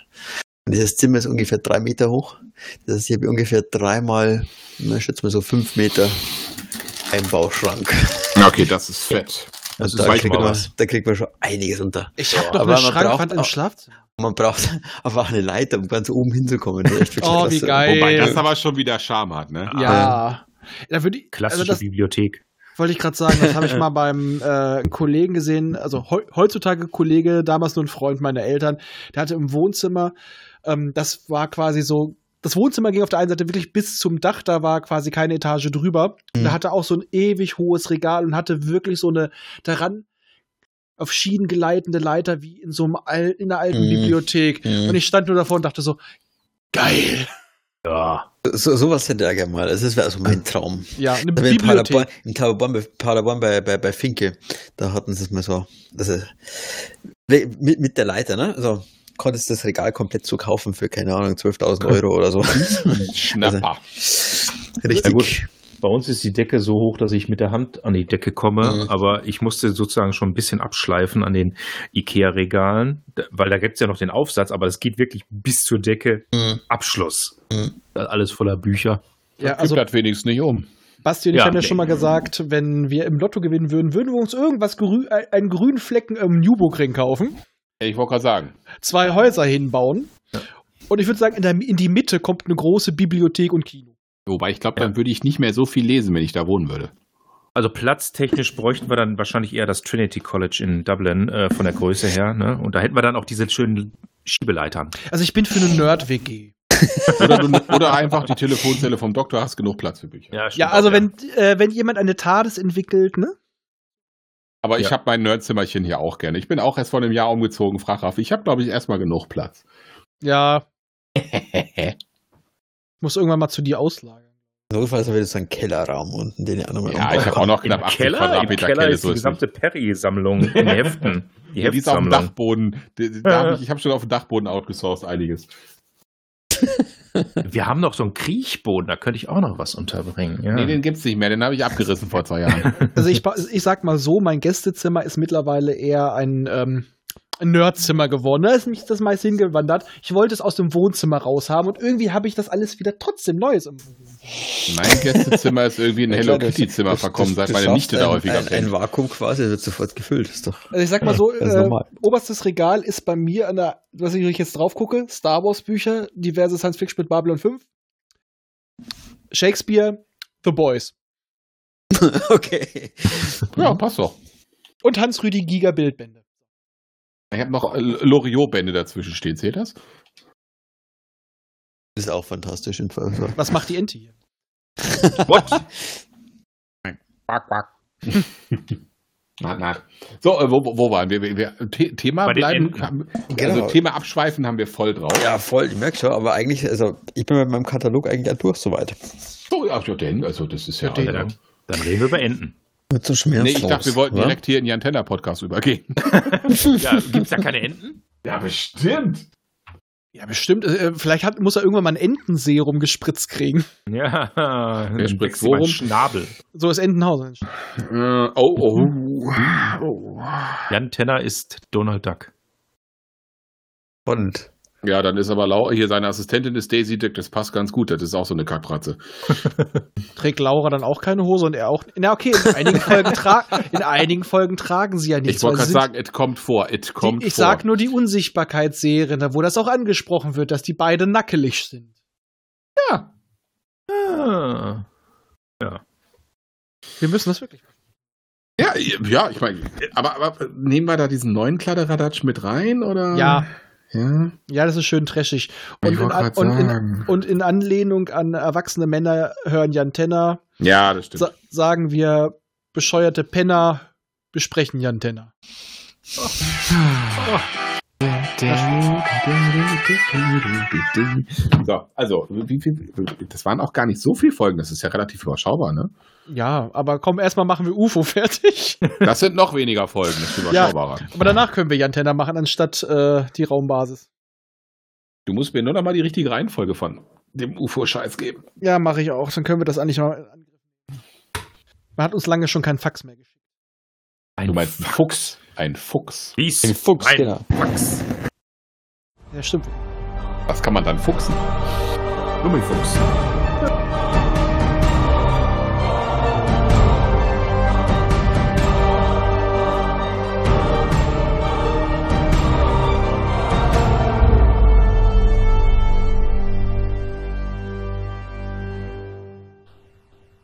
C: Und dieses Zimmer ist ungefähr drei Meter hoch. Das heißt, ich habe ungefähr dreimal, na, ich schätze mal so fünf Meter Einbauschrank.
D: Okay, das ist fett.
E: Das
C: da, kriegt
E: ist schon mal
C: man,
E: was.
C: da kriegt man schon einiges unter.
A: Ich habe noch
C: Aber
A: eine
C: man braucht
A: Schrankwand im
C: auch-
A: Schlafzimmer.
C: Man braucht aber auch eine Leiter, um ganz oben hinzukommen. Das ist echt wirklich
A: Oh, wie
C: klasse.
A: geil.
D: Wobei das aber schon wieder Charme hat, ne?
A: Ja. Da würde ich,
E: Klassische
A: also das
E: Bibliothek.
A: wollte ich gerade sagen, das habe ich mal beim äh, Kollegen gesehen, also heu heutzutage Kollege, damals nur ein Freund meiner Eltern, der hatte im Wohnzimmer, ähm, das war quasi so, das Wohnzimmer ging auf der einen Seite wirklich bis zum Dach, da war quasi keine Etage drüber.
C: Mhm.
A: Da hatte auch so ein ewig hohes Regal und hatte wirklich so eine daran auf Schienen geleitende Leiter wie in so einem Al in einer alten
C: Mhm.
A: Bibliothek.
C: Mhm.
A: Und ich stand nur davor und dachte so, geil.
E: Ja.
C: So, sowas hätte er gerne mal. Das ist also mein Traum.
A: Ja, eine
C: Da bin ich in Paderborn,
A: Bibliothek.
C: in Paderborn, bei- Paderborn bei, bei, bei Finke, da hatten sie es mal so. Also, we- mit, mit der Leiter, ne? Also, konntest das Regal komplett so kaufen für, keine Ahnung, 12.000 Euro oder so.
D: Schnapper.
E: Ja,
C: Richtig.
E: gut. Bei uns ist die Decke so hoch, dass ich mit der Hand an die Decke komme,
C: Mhm.
E: aber ich musste sozusagen schon ein bisschen abschleifen an den IKEA-Regalen, da- weil da gibt es ja noch den Aufsatz, aber es geht wirklich bis zur Decke
C: Mhm.
E: Abschluss.
C: Mhm.
E: Alles voller Bücher.
A: Ja, also
D: Gib
E: also-
D: das wenigstens nicht um.
A: Basti und ich
E: Ja,
A: haben ja
E: nee.
A: schon mal gesagt, wenn wir im Lotto gewinnen würden, würden wir uns irgendwas grü ein- einen grünen Flecken im Newburg-Ring kaufen,
D: Ey, Ich wollte gerade sagen.
A: zwei Häuser hinbauen. Und ich würde sagen, in, der, in die Mitte kommt eine große Bibliothek und Kino.
D: Wobei ich glaube, dann würde ich nicht mehr so viel lesen, wenn ich da wohnen würde.
E: Also platztechnisch bräuchten wir dann wahrscheinlich eher das Trinity College in Dublin äh, von der Größe her. Ne? Und da hätten wir dann auch diese schönen Schiebeleitern.
A: Also ich bin für eine Nerd-WG.
D: Oder, du, oder einfach die Telefonzelle vom Doktor, hast genug Platz für Bücher.
E: Ja,
A: Ja, also wenn, äh, wenn jemand eine TARDIS entwickelt, ne?
D: Aber ich
E: Ja.
D: habe mein Nerdzimmerchen hier auch gerne. Ich bin auch erst vor einem Jahr umgezogen, frag Raffi. Ich habe, glaube ich, erstmal genug Platz.
A: Ja. Muss irgendwann mal zu dir auslagern.
C: Notfalls haben wir jetzt so einen Kellerraum unten, den ich auch nochmal
D: Ja, ich habe auch noch knapp
E: Im
D: 80
E: Keller, im
D: Quadratmeter
E: Keller ist
D: so
E: die
D: ist nicht.
E: gesamte Perry-Sammlung in Heften. Die
D: Die ist auf dem
E: Heftsammlung.
D: Dachboden. Die- die- Da hab ich ich habe schon auf dem Dachboden outgesourced einiges.
E: Wir haben noch so einen Kriechboden, da könnte ich auch noch was unterbringen. Ja.
D: Nee, den gibt's nicht mehr. Den habe ich abgerissen vor zwei Jahren.
A: Also ich, ba- ich sag mal so, mein Gästezimmer ist mittlerweile eher ein ähm, ein Nerdzimmer geworden. Da ist mich das meist hingewandert. Ich wollte es aus dem Wohnzimmer raus haben und irgendwie habe ich das alles wieder trotzdem Neues im
D: mein Gästezimmer ist irgendwie in ein Hello Kitty-Zimmer verkommen, seit meine Nichte da häufiger
C: ein, ein, ein Vakuum quasi, das wird sofort gefüllt. Das ist doch.
A: Also ich sag mal so,
C: Das ist
A: äh,
C: normal.
A: oberstes Regal ist bei mir an der, was ich jetzt drauf gucke, Star Wars Bücher, diverse Science Fiction mit Babylon 5, Shakespeare, The Boys
C: Okay.
D: Ja, passt doch.
A: und Hans-Rüdi Giger Bildbände.
D: Ich habe noch äh, Loriot-Bände dazwischen stehen. Seht ihr das?
C: Das ist auch fantastisch in Fall. also.
A: Was macht die Ente hier?
E: What?
D: Quack, quack. na, na. So, äh, wo, wo wo waren wir? wir, wir The Thema
E: Bei den
D: bleiben.
E: Enten.
D: Haben,
C: Genau.
D: Also Thema abschweifen haben wir voll drauf.
C: Ja, voll, ich merke schon, aber eigentlich, also ich bin mit meinem Katalog eigentlich auch durch soweit.
D: So, ja, ja, denn, also das ist ja,
E: Ja,
D: den.
E: dann, dann reden wir über Enten.
C: Mit so ne? Schmerz.
D: Nee, ich dachte, wir wollten
C: wa?
D: direkt hier in die Antenna-Podcast übergehen.
E: Ja, Gibt es da keine Enten?
D: Ja, bestimmt.
A: Ja, bestimmt. Äh, vielleicht hat, muss er irgendwann mal ein Entenserum gespritzt kriegen.
E: Ja, der
D: spritzt wo rum?
E: Schnabel.
A: So ist Entenhausen.
D: Äh, oh, oh. oh.
E: Jan Tenner ist Donald Duck.
C: Und
D: Ja, dann ist aber Laura, hier seine Assistentin ist Daisy Dick, das passt ganz gut, das ist auch so eine Kackratze.
A: Trägt Laura dann auch keine Hose und er auch. Na okay, in einigen Folgen, tra in einigen Folgen tragen sie ja nichts.
D: Ich wollte
A: weil
D: gerade
A: sie sind-
D: sagen, es kommt vor, es kommt
A: die, ich
D: vor.
A: sag nur die Unsichtbarkeitsserien, da wo das auch angesprochen wird, dass die beide nackelig sind.
D: Ja.
E: Ah.
A: Wir müssen das wirklich.
D: Ja, ja, ich meine, aber, aber nehmen wir da diesen neuen Kladderadatsch mit rein oder?
A: Ja,
D: Ja.
A: ja, das ist schön trashig.
D: Ich
A: Und in,
D: wollte
A: An-
D: grad
A: und, in,
D: sagen.
A: und in Anlehnung an erwachsene Männer hören Jan Tenner,
D: ja, das stimmt.
A: sa sagen wir, bescheuerte Penner besprechen Jan Tenner.
D: So, also, wie, wie, das waren auch gar nicht so viele Folgen, das ist ja relativ überschaubar, ne?
A: Ja, aber komm, erstmal machen wir UFO fertig.
D: Das sind noch weniger Folgen, das ist überschaubarer.
A: Aber danach können wir Jan Tenner machen, anstatt äh, die Raumbasis.
D: Du musst mir nur noch mal die richtige Reihenfolge von dem UFO-Scheiß geben.
A: Ja, mache ich auch. Dann können wir das eigentlich noch. in Angriff nehmen. Man hat uns lange schon keinen Fax mehr geschickt.
E: Ein
D: Du meinst ein Fuchs. Ein Fuchs.
E: Fies.
C: Ein Fuchs,
E: Ein-
C: genau.
D: Fuchs.
A: Ja, stimmt.
D: Was kann man dann fuchsen? Gummifuchs.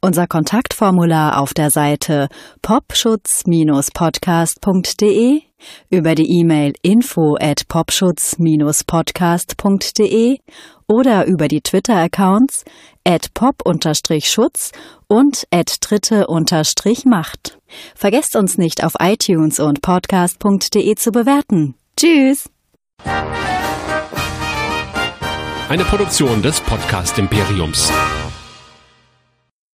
G: Unser Kontaktformular auf der Seite popschutz-podcast.de, über die E-Mail info at popschutz-podcast.de oder über die Twitter-Accounts at pop-schutz und at dritte-macht. Vergesst uns nicht auf iTunes und podcast.de zu bewerten. Tschüss!
H: Eine Produktion des Podcast Imperiums.